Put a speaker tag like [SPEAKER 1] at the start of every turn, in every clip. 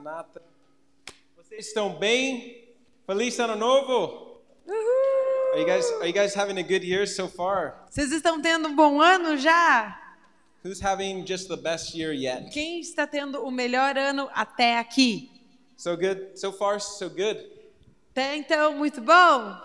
[SPEAKER 1] Renata. Vocês estão bem? Feliz ano novo! Are you guys are you guys having a good year so far?
[SPEAKER 2] Vocês estão tendo um bom ano já?
[SPEAKER 1] Who's having just the best year yet?
[SPEAKER 2] Quem está tendo o melhor ano até aqui?
[SPEAKER 1] So good. So far so good.
[SPEAKER 2] Até então, muito bom.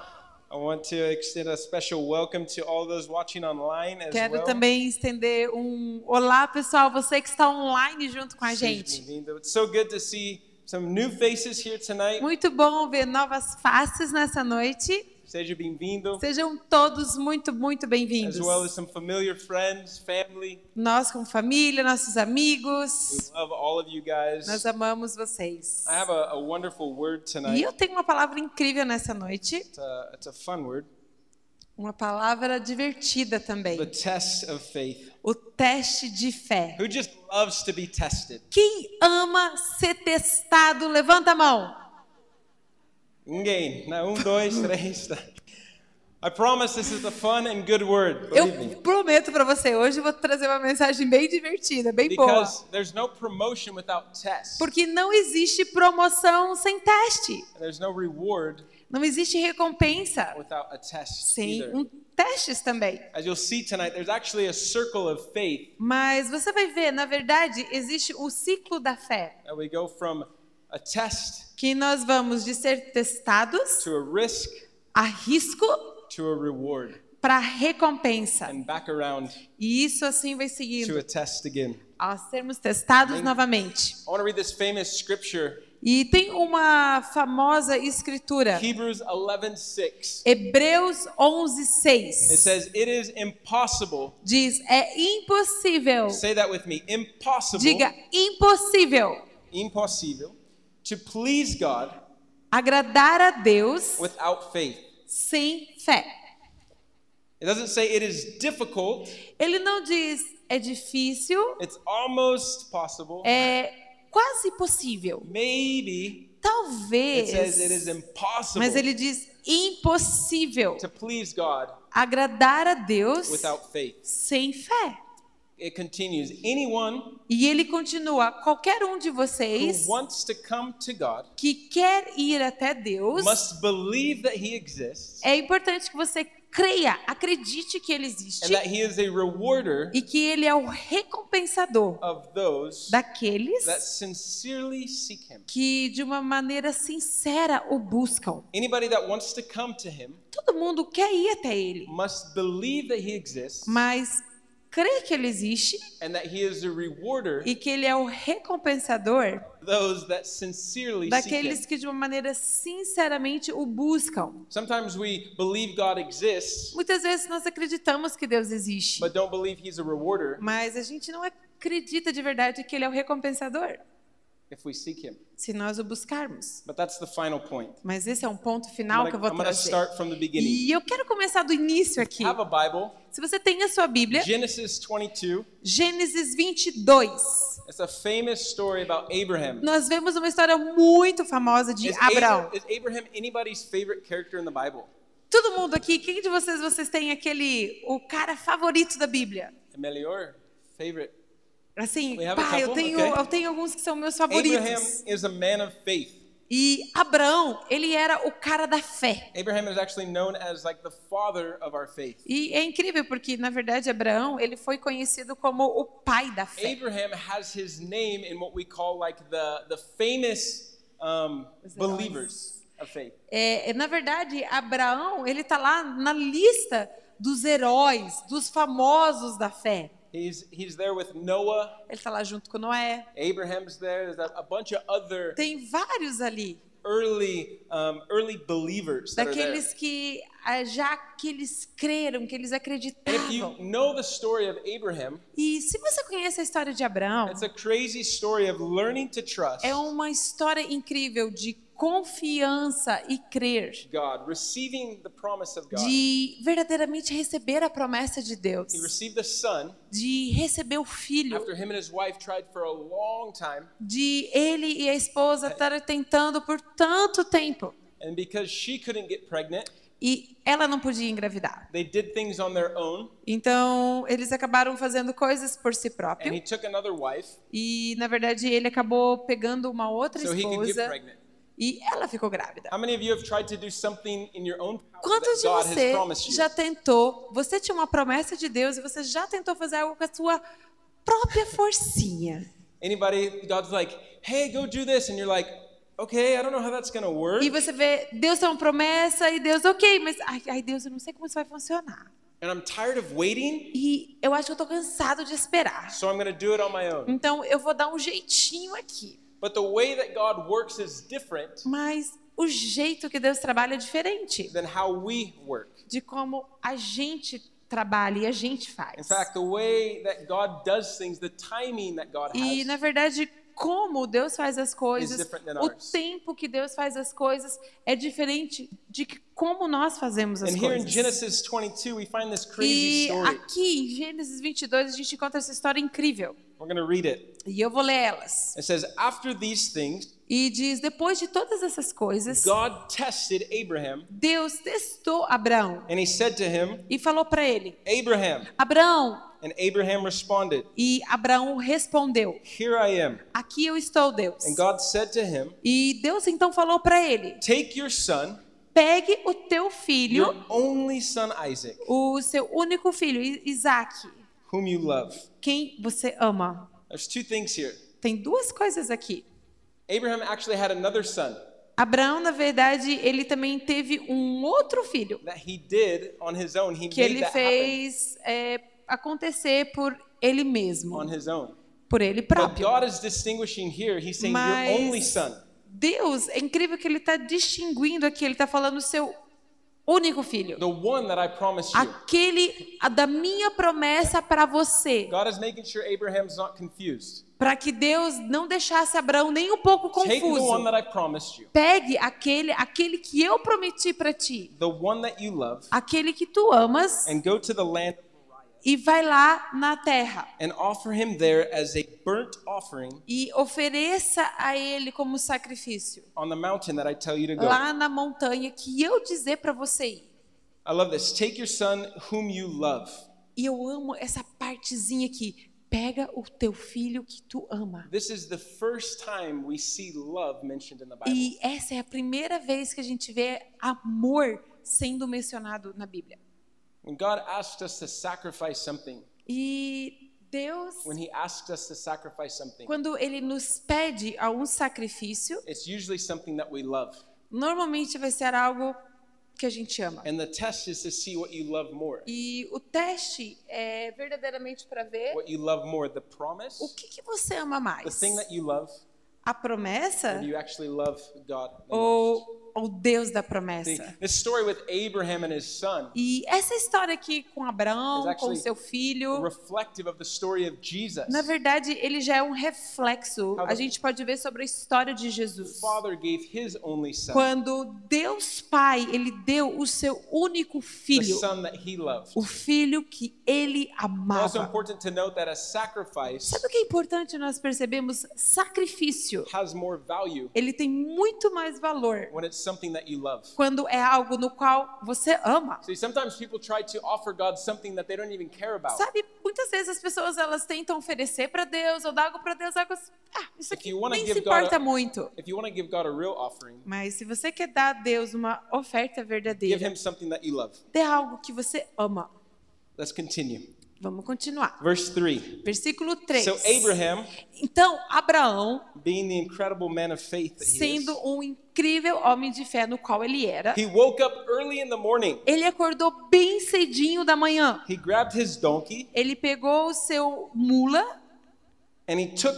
[SPEAKER 1] I want to extend a special welcome to all those watching online as
[SPEAKER 2] Quero
[SPEAKER 1] well.
[SPEAKER 2] também estender um olá, pessoal, você que está online junto com a
[SPEAKER 1] Seja
[SPEAKER 2] gente.
[SPEAKER 1] bem-vindo. It's so good to see some new faces here tonight.
[SPEAKER 2] Muito bom ver novas faces nessa noite.
[SPEAKER 1] Seja bem-vindo.
[SPEAKER 2] Sejam todos muito, muito bem-vindos.
[SPEAKER 1] As well as some familiar friends, family.
[SPEAKER 2] Nós com família, nossos
[SPEAKER 1] We
[SPEAKER 2] amigos,
[SPEAKER 1] love all of you guys.
[SPEAKER 2] nós amamos vocês.
[SPEAKER 1] I have a, a wonderful word
[SPEAKER 2] E
[SPEAKER 1] tonight.
[SPEAKER 2] eu tenho uma palavra incrível nessa noite,
[SPEAKER 1] It's a, it's a fun word.
[SPEAKER 2] uma palavra divertida também.
[SPEAKER 1] The test of faith.
[SPEAKER 2] O teste de fé.
[SPEAKER 1] Who just loves to be tested?
[SPEAKER 2] Quem ama ser testado, levanta a mão.
[SPEAKER 1] Ninguém. Não, um, dois, três. tá. I promise this is a fun and good word. Believe me.
[SPEAKER 2] Eu prometo pra você, hoje eu vou trazer uma mensagem bem divertida, bem boa.
[SPEAKER 1] Because there's no promotion without test.
[SPEAKER 2] Porque não existe promoção sem teste.
[SPEAKER 1] And there's no reward
[SPEAKER 2] Não existe recompensa
[SPEAKER 1] without a test
[SPEAKER 2] sem
[SPEAKER 1] either.
[SPEAKER 2] um testes também.
[SPEAKER 1] As you'll see tonight, there's actually a circle of faith
[SPEAKER 2] Mas você vai ver, na verdade, existe o ciclo da fé,
[SPEAKER 1] that we go from a test
[SPEAKER 2] que nós vamos de ser testados
[SPEAKER 1] to a risk
[SPEAKER 2] a risco
[SPEAKER 1] to a reward
[SPEAKER 2] para recompensa.
[SPEAKER 1] and back around
[SPEAKER 2] E isso assim vai
[SPEAKER 1] to
[SPEAKER 2] seguindo,
[SPEAKER 1] a test again.
[SPEAKER 2] a sermos testados
[SPEAKER 1] Amém.
[SPEAKER 2] novamente.
[SPEAKER 1] I want to read this famous scripture,
[SPEAKER 2] E tem uma famosa escritura,
[SPEAKER 1] Hebrews 11:6.
[SPEAKER 2] Hebreus
[SPEAKER 1] It
[SPEAKER 2] 11:6.
[SPEAKER 1] says, "It is impossible."
[SPEAKER 2] Diz: é impossível.
[SPEAKER 1] Say that with me. Impossible.
[SPEAKER 2] Diga impossível
[SPEAKER 1] impossível to please God
[SPEAKER 2] agradar a Deus
[SPEAKER 1] without faith.
[SPEAKER 2] sem fé.
[SPEAKER 1] It doesn't say it is difficult,
[SPEAKER 2] Ele não diz é difícil,
[SPEAKER 1] it's almost possible.
[SPEAKER 2] Eh. é quase possível.
[SPEAKER 1] Maybe it says it is
[SPEAKER 2] Talvez.
[SPEAKER 1] impossible
[SPEAKER 2] Mas ele diz impossível
[SPEAKER 1] to please God
[SPEAKER 2] agradar a Deus
[SPEAKER 1] without faith.
[SPEAKER 2] sem fé.
[SPEAKER 1] It continues anyone
[SPEAKER 2] E ele continua: qualquer um de
[SPEAKER 1] who
[SPEAKER 2] vocês
[SPEAKER 1] wants to come to God
[SPEAKER 2] que quer ir até Deus,
[SPEAKER 1] must believe that He exists
[SPEAKER 2] é importante que você creia, acredite que ele existe
[SPEAKER 1] and that He is a rewarder
[SPEAKER 2] e que ele é o recompensador
[SPEAKER 1] of those that
[SPEAKER 2] daqueles
[SPEAKER 1] sincerely seek Him.
[SPEAKER 2] que de uma maneira sincera o buscam.
[SPEAKER 1] Anybody that wants to come to Him
[SPEAKER 2] Todo mundo quer ir até ele,
[SPEAKER 1] must believe that He exists
[SPEAKER 2] mas crer que ele existe
[SPEAKER 1] and that He is a rewarder
[SPEAKER 2] e que ele é o recompensador
[SPEAKER 1] those that sincerely seek Him.
[SPEAKER 2] daqueles que de uma maneira sinceramente o buscam.
[SPEAKER 1] Sometimes we believe God exists,
[SPEAKER 2] Muitas vezes nós acreditamos que Deus existe,
[SPEAKER 1] but don't believe He's a rewarder
[SPEAKER 2] mas a gente não acredita de verdade que ele é o recompensador
[SPEAKER 1] if we seek Him.
[SPEAKER 2] se nós o buscarmos.
[SPEAKER 1] But that's the final point.
[SPEAKER 2] Mas esse é um ponto
[SPEAKER 1] I'm
[SPEAKER 2] final que eu
[SPEAKER 1] gonna-
[SPEAKER 2] vou
[SPEAKER 1] I'm going to
[SPEAKER 2] trazer.
[SPEAKER 1] start from the beginning.
[SPEAKER 2] E eu quero começar do início aqui.
[SPEAKER 1] Have a Bible.
[SPEAKER 2] Se você tem a sua Bíblia,
[SPEAKER 1] Genesis 22.
[SPEAKER 2] Gênesis 22,
[SPEAKER 1] It's a famous story about Abraham.
[SPEAKER 2] nós vemos uma história muito famosa de
[SPEAKER 1] Is,
[SPEAKER 2] Abraão.
[SPEAKER 1] Abra- is Abraham anybody's favorite character in the Bible?
[SPEAKER 2] Todo mundo aqui, quem de vocês vocês tem aquele o cara favorito da Bíblia?
[SPEAKER 1] Melior, favorite.
[SPEAKER 2] Assim,
[SPEAKER 1] We have a
[SPEAKER 2] pá, eu
[SPEAKER 1] couple,
[SPEAKER 2] tenho
[SPEAKER 1] okay.
[SPEAKER 2] eu tenho alguns que são meus
[SPEAKER 1] Abraham
[SPEAKER 2] favoritos.
[SPEAKER 1] is a man of faith.
[SPEAKER 2] E Abraão, ele era o cara da fé.
[SPEAKER 1] Abraham is actually known as like the father of our faith.
[SPEAKER 2] E é incrível porque na verdade Abraão, ele foi conhecido como o pai da fé.
[SPEAKER 1] Abraham has his name in what we call like the the famous um,
[SPEAKER 2] Is it
[SPEAKER 1] believers of faith.
[SPEAKER 2] É, é, na verdade, Abraão, ele está lá na lista dos heróis, dos famosos da fé.
[SPEAKER 1] He's he's there with Noah.
[SPEAKER 2] Ele está lá junto com Noé.
[SPEAKER 1] Abraham's there. There's a, a bunch of other
[SPEAKER 2] Tem vários ali,
[SPEAKER 1] early um, early believers that are there.
[SPEAKER 2] daqueles que ah, já que eles creram, que eles
[SPEAKER 1] And if you
[SPEAKER 2] acreditavam.
[SPEAKER 1] know the story of Abraham,
[SPEAKER 2] E se você conhece a história de Abraão,
[SPEAKER 1] it's a crazy story of learning to trust
[SPEAKER 2] é uma história incrível de confiança e crer,
[SPEAKER 1] God, receiving the promise of God.
[SPEAKER 2] de verdadeiramente receber a promessa de Deus,
[SPEAKER 1] He received a son
[SPEAKER 2] de receber o filho.
[SPEAKER 1] after him and his wife tried for a long time,
[SPEAKER 2] de ele
[SPEAKER 1] É.
[SPEAKER 2] e a esposa estarem tentando por tanto tempo.
[SPEAKER 1] and because she couldn't get pregnant,
[SPEAKER 2] E ela não podia engravidar.
[SPEAKER 1] They did things on their own,
[SPEAKER 2] Então, eles acabaram fazendo coisas por si
[SPEAKER 1] and he
[SPEAKER 2] próprio.
[SPEAKER 1] took another wife
[SPEAKER 2] E, na verdade, ele acabou pegando uma outra
[SPEAKER 1] so he could get
[SPEAKER 2] esposa
[SPEAKER 1] pregnant.
[SPEAKER 2] e ela ficou grávida.
[SPEAKER 1] How many of you have tried to do something in your own power that
[SPEAKER 2] Quantos de
[SPEAKER 1] God has
[SPEAKER 2] você
[SPEAKER 1] promised you?
[SPEAKER 2] já tentou? Você tinha uma promessa de Deus e você já tentou fazer algo com a sua própria forcinha.
[SPEAKER 1] Anybody, God's like, hey, go do this. And you're like, okay, I don't know how that's going to work.
[SPEAKER 2] E você vê, Deus tem uma promessa e Deus, ok, mas ai, ai, Deus, eu não sei como isso vai funcionar.
[SPEAKER 1] And I'm tired of waiting,
[SPEAKER 2] E eu acho que eu tô cansado de esperar.
[SPEAKER 1] so I'm going to do it on my own.
[SPEAKER 2] Então eu vou dar um jeitinho aqui.
[SPEAKER 1] But the way that God works is different
[SPEAKER 2] Mas o jeito que Deus trabalha é diferente
[SPEAKER 1] than how we work.
[SPEAKER 2] de como a gente trabalha e a gente
[SPEAKER 1] In
[SPEAKER 2] faz.
[SPEAKER 1] fact, the way that God does things, the timing that God
[SPEAKER 2] E na
[SPEAKER 1] has,
[SPEAKER 2] verdade, como Deus faz as
[SPEAKER 1] Is
[SPEAKER 2] coisas,
[SPEAKER 1] different than
[SPEAKER 2] o
[SPEAKER 1] ours.
[SPEAKER 2] tempo que Deus faz as coisas é diferente de que- como nós fazemos as
[SPEAKER 1] And here in
[SPEAKER 2] coisas.
[SPEAKER 1] Genesis 22, we find this crazy
[SPEAKER 2] E
[SPEAKER 1] story.
[SPEAKER 2] aqui em Gênesis 22 a gente encontra essa história incrível.
[SPEAKER 1] We're going to read it.
[SPEAKER 2] E eu vou ler elas.
[SPEAKER 1] It says, After these things,
[SPEAKER 2] E diz: depois de todas essas coisas,
[SPEAKER 1] God tested Abraham,
[SPEAKER 2] Deus testou Abraão
[SPEAKER 1] and he said to him,
[SPEAKER 2] e falou para ele:
[SPEAKER 1] Abraham.
[SPEAKER 2] Abraão.
[SPEAKER 1] And Abraham responded,
[SPEAKER 2] E Abraão respondeu:
[SPEAKER 1] Here I am.
[SPEAKER 2] Aqui eu estou, Deus.
[SPEAKER 1] And God said to him,
[SPEAKER 2] E Deus então falou para ele:
[SPEAKER 1] Take your son,
[SPEAKER 2] Pegue o teu
[SPEAKER 1] your
[SPEAKER 2] filho,
[SPEAKER 1] only son Isaac,
[SPEAKER 2] o seu único filho, I- Isaque,
[SPEAKER 1] whom you love.
[SPEAKER 2] quem você ama.
[SPEAKER 1] There's two things here.
[SPEAKER 2] Tem duas coisas aqui.
[SPEAKER 1] Abraham actually had another son
[SPEAKER 2] Abraão, na verdade, ele também teve um outro filho
[SPEAKER 1] that he did on his own. He
[SPEAKER 2] que
[SPEAKER 1] made
[SPEAKER 2] ele
[SPEAKER 1] that happen
[SPEAKER 2] fez é, acontecer por ele
[SPEAKER 1] on
[SPEAKER 2] mesmo,
[SPEAKER 1] his own.
[SPEAKER 2] por ele
[SPEAKER 1] But
[SPEAKER 2] próprio.
[SPEAKER 1] God is distinguishing here. He's saying,
[SPEAKER 2] Mas-
[SPEAKER 1] Your only son.
[SPEAKER 2] Deus, é incrível que ele está distinguindo aqui, ele está falando o seu único filho.
[SPEAKER 1] The one that I promised you.
[SPEAKER 2] Aquele a da minha promessa para você.
[SPEAKER 1] God is making sure Abraham's not confused.
[SPEAKER 2] para que Deus não deixasse Abraão nem um pouco
[SPEAKER 1] Take the one
[SPEAKER 2] confuso.
[SPEAKER 1] that I promised you,
[SPEAKER 2] Pegue aquele, aquele que eu prometi para ti,
[SPEAKER 1] the one that you love,
[SPEAKER 2] aquele que tu amas,
[SPEAKER 1] and go to the land
[SPEAKER 2] e vai lá na terra
[SPEAKER 1] and offer him there as a burnt offering
[SPEAKER 2] e ofereça a ele como sacrifício
[SPEAKER 1] on the mountain that I tell you to go.
[SPEAKER 2] lá na montanha que eu dizer para você ir.
[SPEAKER 1] I love this. Take your son whom you love.
[SPEAKER 2] E eu amo essa partezinha aqui. Pega o teu filho que tu ama.
[SPEAKER 1] This is the first time we see love mentioned in the Bible.
[SPEAKER 2] E essa é a primeira vez que a gente vê amor sendo mencionado na Bíblia.
[SPEAKER 1] When God asked us to sacrifice something,
[SPEAKER 2] E Deus
[SPEAKER 1] when He asked us to sacrifice something,
[SPEAKER 2] Quando ele nos pede a um sacrifício,
[SPEAKER 1] it's usually something that we love.
[SPEAKER 2] normalmente vai ser algo que a gente ama.
[SPEAKER 1] And the test is to see what you love more.
[SPEAKER 2] E o teste é verdadeiramente para ver
[SPEAKER 1] What you love more, the
[SPEAKER 2] o
[SPEAKER 1] promise,
[SPEAKER 2] que, que você ama
[SPEAKER 1] the
[SPEAKER 2] mais:
[SPEAKER 1] thing that you love,
[SPEAKER 2] a
[SPEAKER 1] or
[SPEAKER 2] promessa
[SPEAKER 1] do you actually love God? the most?
[SPEAKER 2] ou o Deus da
[SPEAKER 1] See,
[SPEAKER 2] promessa?
[SPEAKER 1] This story with Abraham and his son
[SPEAKER 2] E essa história aqui com
[SPEAKER 1] Is
[SPEAKER 2] Abraão,
[SPEAKER 1] actually
[SPEAKER 2] com seu filho,
[SPEAKER 1] reflective of the story of Jesus.
[SPEAKER 2] na verdade, ele já é um reflexo.
[SPEAKER 1] How
[SPEAKER 2] A
[SPEAKER 1] the-
[SPEAKER 2] gente pode ver sobre a história de Jesus.
[SPEAKER 1] Father gave his only son,
[SPEAKER 2] Quando Deus Pai, ele deu o seu único
[SPEAKER 1] the
[SPEAKER 2] filho.
[SPEAKER 1] son that he loved.
[SPEAKER 2] o filho que ele
[SPEAKER 1] It's also
[SPEAKER 2] amava.
[SPEAKER 1] important to note that a sacrifice
[SPEAKER 2] Sabe o que é importante nós percebemos? Sacrifício,
[SPEAKER 1] has more value
[SPEAKER 2] ele tem muito mais valor
[SPEAKER 1] when it's something that you love.
[SPEAKER 2] quando é algo no qual você ama.
[SPEAKER 1] See, sometimes people try to offer God something that they don't even care about.
[SPEAKER 2] Sabe, muitas vezes as pessoas elas tentam oferecer para Deus ou dar algo para Deus, algo assim, ah, isso
[SPEAKER 1] If
[SPEAKER 2] aqui
[SPEAKER 1] you wanna
[SPEAKER 2] nem
[SPEAKER 1] give
[SPEAKER 2] se
[SPEAKER 1] God a-
[SPEAKER 2] importa muito.
[SPEAKER 1] If you want to give God a real offering,
[SPEAKER 2] Mas se você quer dar a Deus uma oferta
[SPEAKER 1] give
[SPEAKER 2] verdadeira,
[SPEAKER 1] him something that you love.
[SPEAKER 2] dê algo que você ama.
[SPEAKER 1] Let's continue.
[SPEAKER 2] Vamos continuar.
[SPEAKER 1] Verse 3.
[SPEAKER 2] Versículo 3.
[SPEAKER 1] So Abraham,
[SPEAKER 2] Então, Abraão,
[SPEAKER 1] being the incredible man of faith that he is,
[SPEAKER 2] sendo um incrível homem de fé no qual ele era,
[SPEAKER 1] he woke up early in the morning.
[SPEAKER 2] Ele acordou bem cedinho da manhã.
[SPEAKER 1] He grabbed his donkey
[SPEAKER 2] Ele pegou o seu mula
[SPEAKER 1] and he took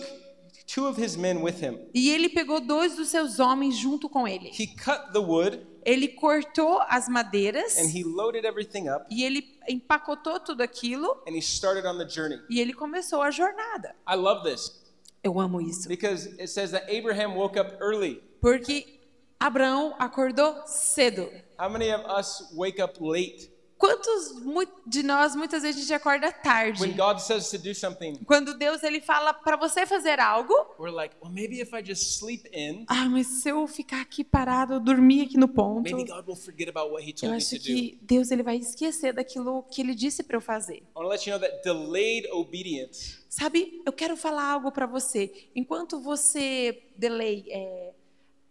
[SPEAKER 1] two of his men with him.
[SPEAKER 2] e ele pegou dois dos seus homens junto com ele.
[SPEAKER 1] He cut the wood
[SPEAKER 2] Ele cortou as madeiras
[SPEAKER 1] and he loaded everything up
[SPEAKER 2] e ele empacotou tudo aquilo
[SPEAKER 1] and he started on the journey.
[SPEAKER 2] e ele começou a jornada.
[SPEAKER 1] I love this
[SPEAKER 2] Eu amo isso.
[SPEAKER 1] because it says that Abraham woke up early.
[SPEAKER 2] Porque Abraão acordou cedo.
[SPEAKER 1] How many of us wake up late
[SPEAKER 2] Quantos mu- de nós muitas vezes a gente acorda
[SPEAKER 1] When
[SPEAKER 2] tarde?
[SPEAKER 1] God says to do something,
[SPEAKER 2] Quando Deus ele fala para você fazer algo,
[SPEAKER 1] we're like, well, maybe if I just sleep in,
[SPEAKER 2] ah, mas se eu ficar aqui parado, eu dormir aqui no ponto,
[SPEAKER 1] maybe God will forget about what He
[SPEAKER 2] eu
[SPEAKER 1] told me
[SPEAKER 2] acho
[SPEAKER 1] to do.
[SPEAKER 2] que Deus ele vai esquecer daquilo que ele disse para eu fazer.
[SPEAKER 1] I want to let you know that delayed obedience
[SPEAKER 2] Sabe, eu quero falar algo para você. Enquanto você delay, é,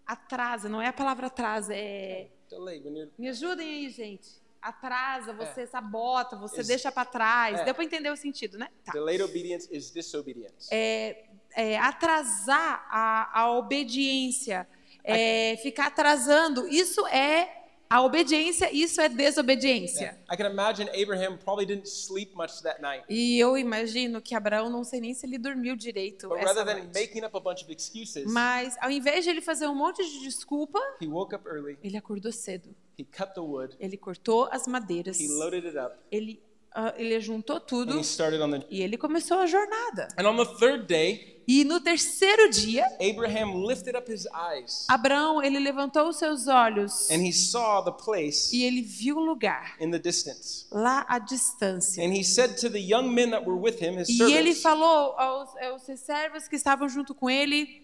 [SPEAKER 2] atrasa, não é a palavra atrasa, é.
[SPEAKER 1] Delay when you're
[SPEAKER 2] Me ajudem aí, gente. Atrasa, você sabota, você
[SPEAKER 1] É. Ex-
[SPEAKER 2] deixa para trás.
[SPEAKER 1] É.
[SPEAKER 2] Deu para entender o sentido, né? Tá.
[SPEAKER 1] delayed obedience is disobedience.
[SPEAKER 2] É, atrasar a, a obediência, é, ficar atrasando, isso é a obediência, isso é
[SPEAKER 1] Yeah.
[SPEAKER 2] desobediência.
[SPEAKER 1] I can imagine Abraham probably didn't sleep much that night.
[SPEAKER 2] E eu imagino que Abraão, não sei nem se ele dormiu direito
[SPEAKER 1] But rather
[SPEAKER 2] essa
[SPEAKER 1] than
[SPEAKER 2] noite.
[SPEAKER 1] making up a bunch of excuses,
[SPEAKER 2] Mas ao invés de ele fazer um monte de desculpa,
[SPEAKER 1] he woke up early,
[SPEAKER 2] ele acordou cedo.
[SPEAKER 1] he cut the wood,
[SPEAKER 2] Ele cortou as madeiras,
[SPEAKER 1] he loaded it up,
[SPEAKER 2] ele, ah, ele juntou tudo
[SPEAKER 1] and he started on the.
[SPEAKER 2] e ele começou a jornada.
[SPEAKER 1] And on the third day,
[SPEAKER 2] E no terceiro dia,
[SPEAKER 1] Abraham lifted up his eyes
[SPEAKER 2] Abraão ele levantou os seus olhos
[SPEAKER 1] and he saw the place
[SPEAKER 2] e ele viu o lugar
[SPEAKER 1] in the distance.
[SPEAKER 2] lá à distância.
[SPEAKER 1] And he said to the young men that were with him, his
[SPEAKER 2] E ele
[SPEAKER 1] servants,
[SPEAKER 2] falou aos, aos seus servos que estavam junto com ele: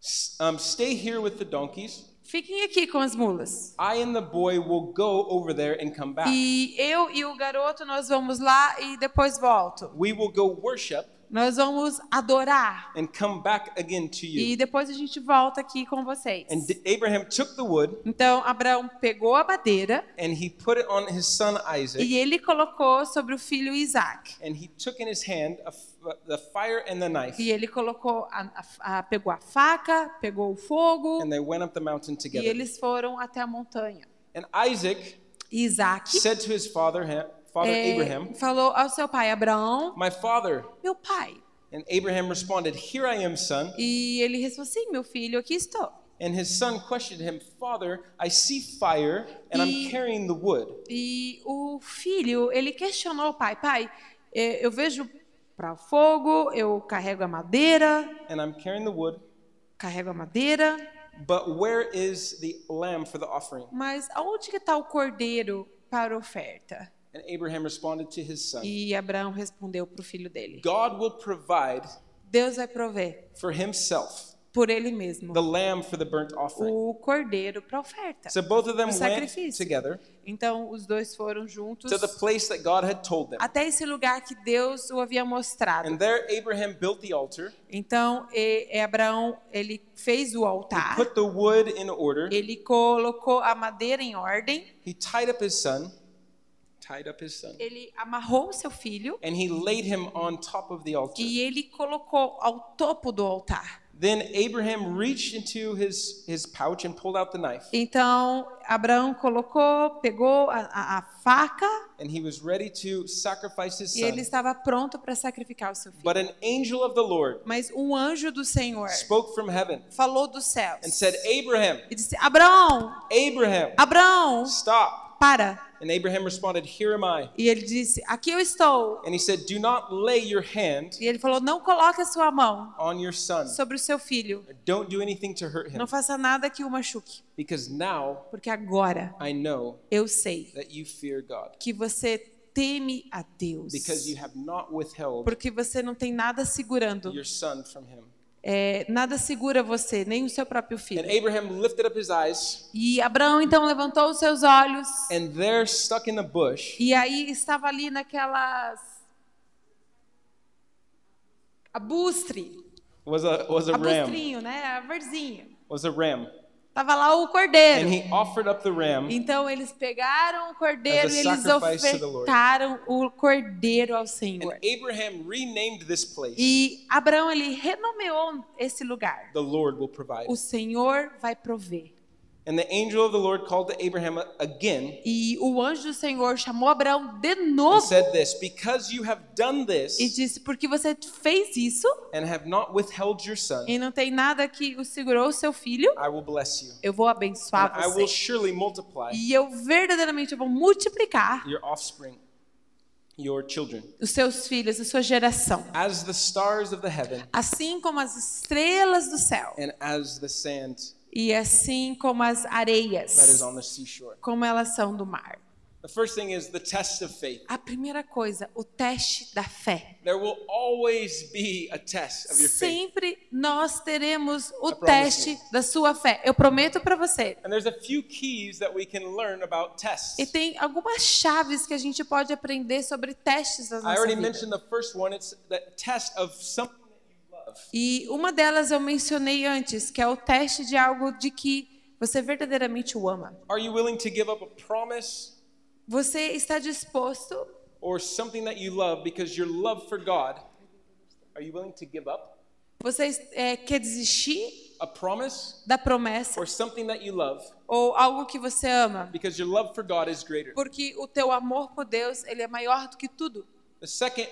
[SPEAKER 1] "S- um, Stay here with the donkeys.
[SPEAKER 2] fiquem aqui com as mulas.
[SPEAKER 1] I and the boy will go over there and come back.
[SPEAKER 2] E eu e o garoto nós vamos lá e depois volto.
[SPEAKER 1] We will go worship
[SPEAKER 2] Nós vamos adorar.
[SPEAKER 1] and come back again to you.
[SPEAKER 2] E depois a gente volta aqui com vocês.
[SPEAKER 1] And D- Abraham took the wood
[SPEAKER 2] Então Abraão pegou a madeira
[SPEAKER 1] and he put it on his son Isaac.
[SPEAKER 2] e ele colocou sobre o filho Isaac.
[SPEAKER 1] and he took in his hand a f- the fire and the knife,
[SPEAKER 2] E ele colocou a, a- a- pegou a faca, pegou o fogo
[SPEAKER 1] and they went up the mountain
[SPEAKER 2] e
[SPEAKER 1] together.
[SPEAKER 2] eles foram até a montanha.
[SPEAKER 1] And Isaac
[SPEAKER 2] E Isaac
[SPEAKER 1] said to his father, ha- father
[SPEAKER 2] eh,
[SPEAKER 1] Abraham,
[SPEAKER 2] falou ao seu pai Abraão,
[SPEAKER 1] "My father."
[SPEAKER 2] meu pai.
[SPEAKER 1] And Abraham responded, "Here I am, son."
[SPEAKER 2] E ele respondeu assim, meu filho, aqui estou.
[SPEAKER 1] And his son questioned him, "Father, I see fire, and I'm
[SPEAKER 2] E-
[SPEAKER 1] carrying the wood.
[SPEAKER 2] E o filho, ele questionou o pai, pai, eh, eu vejo para o fogo, eu carrego a madeira,
[SPEAKER 1] And I'm carrying the wood,
[SPEAKER 2] carrego a madeira,
[SPEAKER 1] but where is the lamb for the offering?"
[SPEAKER 2] Mas aonde que está o cordeiro para a oferta?
[SPEAKER 1] And Abraham responded to his son,
[SPEAKER 2] E Abraão respondeu para o filho dele:
[SPEAKER 1] "God will provide
[SPEAKER 2] Deus vai prover
[SPEAKER 1] for himself
[SPEAKER 2] por ele mesmo
[SPEAKER 1] the lamb for the burnt offering."
[SPEAKER 2] o cordeiro para a oferta.
[SPEAKER 1] So both of them
[SPEAKER 2] O
[SPEAKER 1] went
[SPEAKER 2] sacrifício.
[SPEAKER 1] together.
[SPEAKER 2] Então os dois foram juntos
[SPEAKER 1] to the place that God had told them.
[SPEAKER 2] até esse lugar que Deus o havia mostrado.
[SPEAKER 1] And there Abraham built the altar,
[SPEAKER 2] Então e- e Abraão ele fez o altar,
[SPEAKER 1] put the wood in order,
[SPEAKER 2] ele colocou a madeira em ordem,
[SPEAKER 1] he tied up his son, tied up his son,
[SPEAKER 2] ele amarrou o seu filho
[SPEAKER 1] and he laid him on top of the altar.
[SPEAKER 2] e ele colocou ao topo do altar.
[SPEAKER 1] Then Abraham reached into his, his pouch and pulled out the knife,
[SPEAKER 2] Então Abraão colocou, pegou a, a- a faca
[SPEAKER 1] and he was ready to sacrifice his
[SPEAKER 2] e ele
[SPEAKER 1] son.
[SPEAKER 2] estava pronto para sacrificar o seu filho.
[SPEAKER 1] But an angel of the Lord
[SPEAKER 2] Mas um anjo do Senhor
[SPEAKER 1] spoke from heaven
[SPEAKER 2] falou dos céus
[SPEAKER 1] and said, Abraham,
[SPEAKER 2] e disse: Abraão,
[SPEAKER 1] Abraham,
[SPEAKER 2] Abraão,
[SPEAKER 1] stop.
[SPEAKER 2] para.
[SPEAKER 1] And Abraham responded, Here am I.
[SPEAKER 2] E ele disse: Aqui eu estou.
[SPEAKER 1] And he said, Do not lay your hand
[SPEAKER 2] E ele falou: Não coloque a sua mão
[SPEAKER 1] on your son.
[SPEAKER 2] sobre o seu filho.
[SPEAKER 1] Don't do anything to hurt him.
[SPEAKER 2] Não faça nada que o machuque,
[SPEAKER 1] Because now
[SPEAKER 2] porque agora
[SPEAKER 1] I know
[SPEAKER 2] eu sei
[SPEAKER 1] that you fear God
[SPEAKER 2] que você teme a Deus,
[SPEAKER 1] because you have not withheld
[SPEAKER 2] porque você não tem nada segurando,
[SPEAKER 1] your son from him.
[SPEAKER 2] é, nada segura você, nem o seu próprio filho.
[SPEAKER 1] And Abraham lifted up his eyes,
[SPEAKER 2] E Abraão então levantou os seus olhos
[SPEAKER 1] and there, stuck in the bush,
[SPEAKER 2] e aí estava ali naquelas abustre,
[SPEAKER 1] was a was a ram,
[SPEAKER 2] abustrinho, né, a verzinha.
[SPEAKER 1] was a ram,
[SPEAKER 2] Tava lá o
[SPEAKER 1] and
[SPEAKER 2] cordeiro.
[SPEAKER 1] he offered up the ram
[SPEAKER 2] Então eles pegaram o cordeiro
[SPEAKER 1] As
[SPEAKER 2] e
[SPEAKER 1] a
[SPEAKER 2] eles
[SPEAKER 1] sacrifice to the Lord.
[SPEAKER 2] ofertaram o cordeiro ao
[SPEAKER 1] and
[SPEAKER 2] Senhor.
[SPEAKER 1] Abraham renamed this place
[SPEAKER 2] E Abraão ele renomeou esse lugar.
[SPEAKER 1] the Lord will provide.
[SPEAKER 2] O Senhor vai prover.
[SPEAKER 1] And the angel of the Lord called to Abraham again
[SPEAKER 2] E o anjo do Senhor chamou Abraão de
[SPEAKER 1] and
[SPEAKER 2] novo
[SPEAKER 1] said this, because you have done
[SPEAKER 2] e
[SPEAKER 1] this
[SPEAKER 2] disse: "Porque você fez isso,
[SPEAKER 1] and have not withheld your son,
[SPEAKER 2] e não tem nada que o segurou o seu filho,
[SPEAKER 1] I will bless you.
[SPEAKER 2] eu vou
[SPEAKER 1] And
[SPEAKER 2] abençoar
[SPEAKER 1] I will
[SPEAKER 2] você.
[SPEAKER 1] surely multiply
[SPEAKER 2] E eu verdadeiramente vou multiplicar
[SPEAKER 1] your offspring, your children,
[SPEAKER 2] os seus filhos, a sua geração,
[SPEAKER 1] as the stars of the heaven
[SPEAKER 2] assim como as estrelas do céu
[SPEAKER 1] and as the sand
[SPEAKER 2] e assim como as
[SPEAKER 1] that is
[SPEAKER 2] areias,
[SPEAKER 1] on the seashore.
[SPEAKER 2] como elas são do mar.
[SPEAKER 1] The first thing is the test of faith.
[SPEAKER 2] A primeira coisa, o teste da fé.
[SPEAKER 1] There will always be a test of your faith.
[SPEAKER 2] Sempre nós teremos o
[SPEAKER 1] I promise
[SPEAKER 2] teste
[SPEAKER 1] you.
[SPEAKER 2] da sua fé. Eu prometo para você.
[SPEAKER 1] And there's a few keys that we can learn about tests.
[SPEAKER 2] E tem algumas chaves que a gente pode aprender sobre testes da
[SPEAKER 1] I
[SPEAKER 2] nossa
[SPEAKER 1] already
[SPEAKER 2] vida.
[SPEAKER 1] mentioned the first one. It's the test of something that you love.
[SPEAKER 2] E uma delas eu mencionei antes, que é o teste de algo de que você verdadeiramente o ama.
[SPEAKER 1] Are you willing to give up a promise
[SPEAKER 2] Você está disposto?
[SPEAKER 1] or something that you love because your love for God? Are you willing to give up
[SPEAKER 2] Você eh, quer desistir
[SPEAKER 1] a promise
[SPEAKER 2] da promessa
[SPEAKER 1] or something that you love
[SPEAKER 2] ou algo que você ama?
[SPEAKER 1] because your love for God is greater?
[SPEAKER 2] Porque o teu amor por Deus, ele é maior do que tudo.
[SPEAKER 1] The second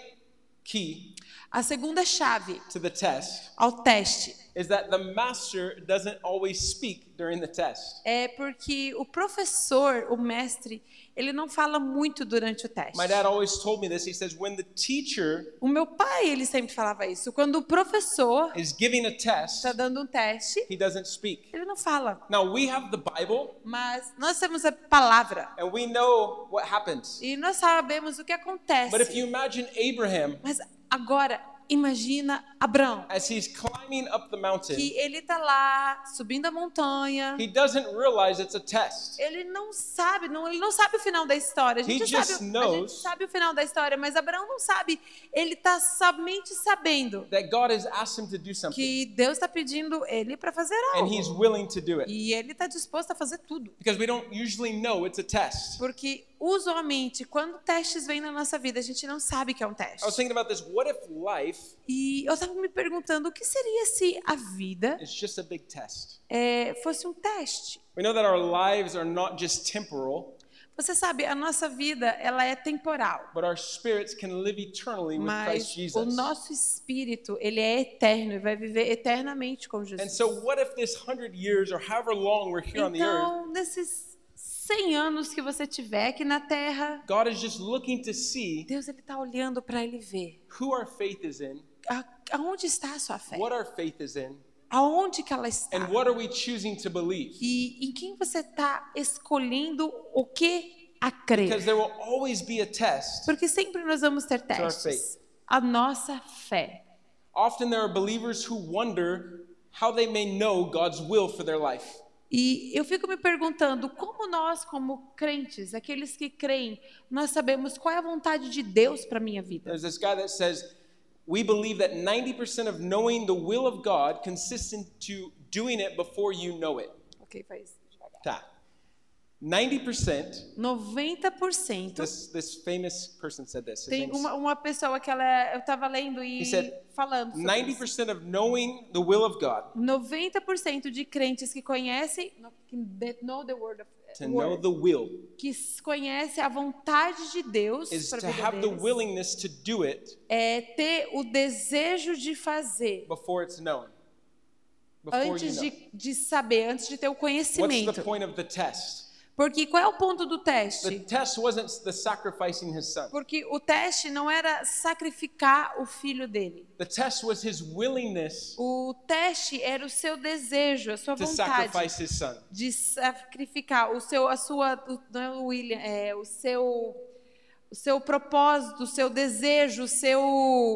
[SPEAKER 1] key
[SPEAKER 2] A segunda chave
[SPEAKER 1] to the test
[SPEAKER 2] ao teste
[SPEAKER 1] is that the master doesn't always speak during the test.
[SPEAKER 2] é porque o professor, o mestre, ele não fala muito durante o teste.
[SPEAKER 1] My dad always told me this. He says, when the teacher
[SPEAKER 2] O meu pai, ele sempre falava isso. Quando o professor
[SPEAKER 1] is giving a test,
[SPEAKER 2] está dando um teste,
[SPEAKER 1] he doesn't speak.
[SPEAKER 2] ele não fala.
[SPEAKER 1] Now, we have the Bible
[SPEAKER 2] Mas nós temos a palavra
[SPEAKER 1] and we know what happens.
[SPEAKER 2] e nós sabemos o que acontece.
[SPEAKER 1] But if you imagine Abraham
[SPEAKER 2] Mas agora, imagina Abraão,
[SPEAKER 1] as he's climbing up the mountain,
[SPEAKER 2] que ele está lá subindo a montanha.
[SPEAKER 1] he doesn't realize it's a test.
[SPEAKER 2] Ele não sabe, não, ele não sabe o final da história. A gente,
[SPEAKER 1] He
[SPEAKER 2] sabe,
[SPEAKER 1] just
[SPEAKER 2] a gente
[SPEAKER 1] knows.
[SPEAKER 2] sabe o final da história, mas Abraão não sabe. Ele está somente sabendo
[SPEAKER 1] That God has asked him to do something
[SPEAKER 2] que Deus está pedindo ele para fazer
[SPEAKER 1] and he's
[SPEAKER 2] algo.
[SPEAKER 1] willing to do it
[SPEAKER 2] E ele está disposto a fazer tudo.
[SPEAKER 1] because we don't usually know it's a test.
[SPEAKER 2] Porque, usualmente, quando testes vêm na nossa vida, a gente não sabe que é um
[SPEAKER 1] I was
[SPEAKER 2] teste.
[SPEAKER 1] thinking about this. What if life
[SPEAKER 2] E eu estava me perguntando o que seria se a vida
[SPEAKER 1] is just a big test?
[SPEAKER 2] eh, fosse um teste.
[SPEAKER 1] We know that our lives are not just temporal,
[SPEAKER 2] Você sabe, a nossa vida ela é temporal,
[SPEAKER 1] but our spirits can live eternally with Christ
[SPEAKER 2] mas o
[SPEAKER 1] Jesus.
[SPEAKER 2] nosso espírito ele é eterno e vai viver eternamente com
[SPEAKER 1] And
[SPEAKER 2] Jesus.
[SPEAKER 1] so, what if this hundred years or however long we're here on the earth,
[SPEAKER 2] Então, nesses 100 anos que você tiver aqui na Terra,
[SPEAKER 1] God is just looking to see
[SPEAKER 2] Deus ele está olhando para ele ver
[SPEAKER 1] who our faith is in,
[SPEAKER 2] a- aonde está a sua fé,
[SPEAKER 1] what our faith is in,
[SPEAKER 2] aonde que ela está
[SPEAKER 1] and what are we choosing to believe?
[SPEAKER 2] e em quem você está escolhendo o que a crer.
[SPEAKER 1] Because there will always be a test.
[SPEAKER 2] Porque sempre nós vamos ter
[SPEAKER 1] our
[SPEAKER 2] testes. A nossa fé.
[SPEAKER 1] Often there are believers who wonder how they may know God's will for their life.
[SPEAKER 2] E eu fico me perguntando como nós, como crentes, aqueles que creem, nós sabemos qual é a vontade de Deus para minha vida.
[SPEAKER 1] There's this guy that says, we believe that 90% of knowing the will of God consists in to doing it before you know it.
[SPEAKER 2] Ok, faz devagar.
[SPEAKER 1] Tá. 90%,
[SPEAKER 2] 90%
[SPEAKER 1] this, this famous person said this. His
[SPEAKER 2] tem
[SPEAKER 1] name's-
[SPEAKER 2] uma, uma pessoa que ela é- eu estava lendo e
[SPEAKER 1] He said,
[SPEAKER 2] falando sobre isso.
[SPEAKER 1] 90% of knowing the will of God,
[SPEAKER 2] 90% de crentes que conhecem no- que that know the word of,
[SPEAKER 1] to know
[SPEAKER 2] word,
[SPEAKER 1] the will,
[SPEAKER 2] que s- conhece a vontade de Deus
[SPEAKER 1] is
[SPEAKER 2] pra
[SPEAKER 1] to
[SPEAKER 2] vida
[SPEAKER 1] have the
[SPEAKER 2] deles,
[SPEAKER 1] willingness to do it
[SPEAKER 2] é ter o desejo de fazer
[SPEAKER 1] before it's known. Before you
[SPEAKER 2] antes
[SPEAKER 1] know.
[SPEAKER 2] de, de saber, antes de ter o
[SPEAKER 1] What's
[SPEAKER 2] conhecimento.
[SPEAKER 1] the point of the test?
[SPEAKER 2] Porque qual é o ponto do
[SPEAKER 1] The
[SPEAKER 2] teste?
[SPEAKER 1] test wasn't the sacrificing his son.
[SPEAKER 2] Porque o teste não era sacrificar o filho dele.
[SPEAKER 1] The test was his willingness
[SPEAKER 2] O teste era o seu desejo, a sua
[SPEAKER 1] to
[SPEAKER 2] vontade
[SPEAKER 1] sacrifice his son.
[SPEAKER 2] de sacrificar o seu, a sua, o, não é o William, é o seu, o seu propósito, o seu desejo, o seu,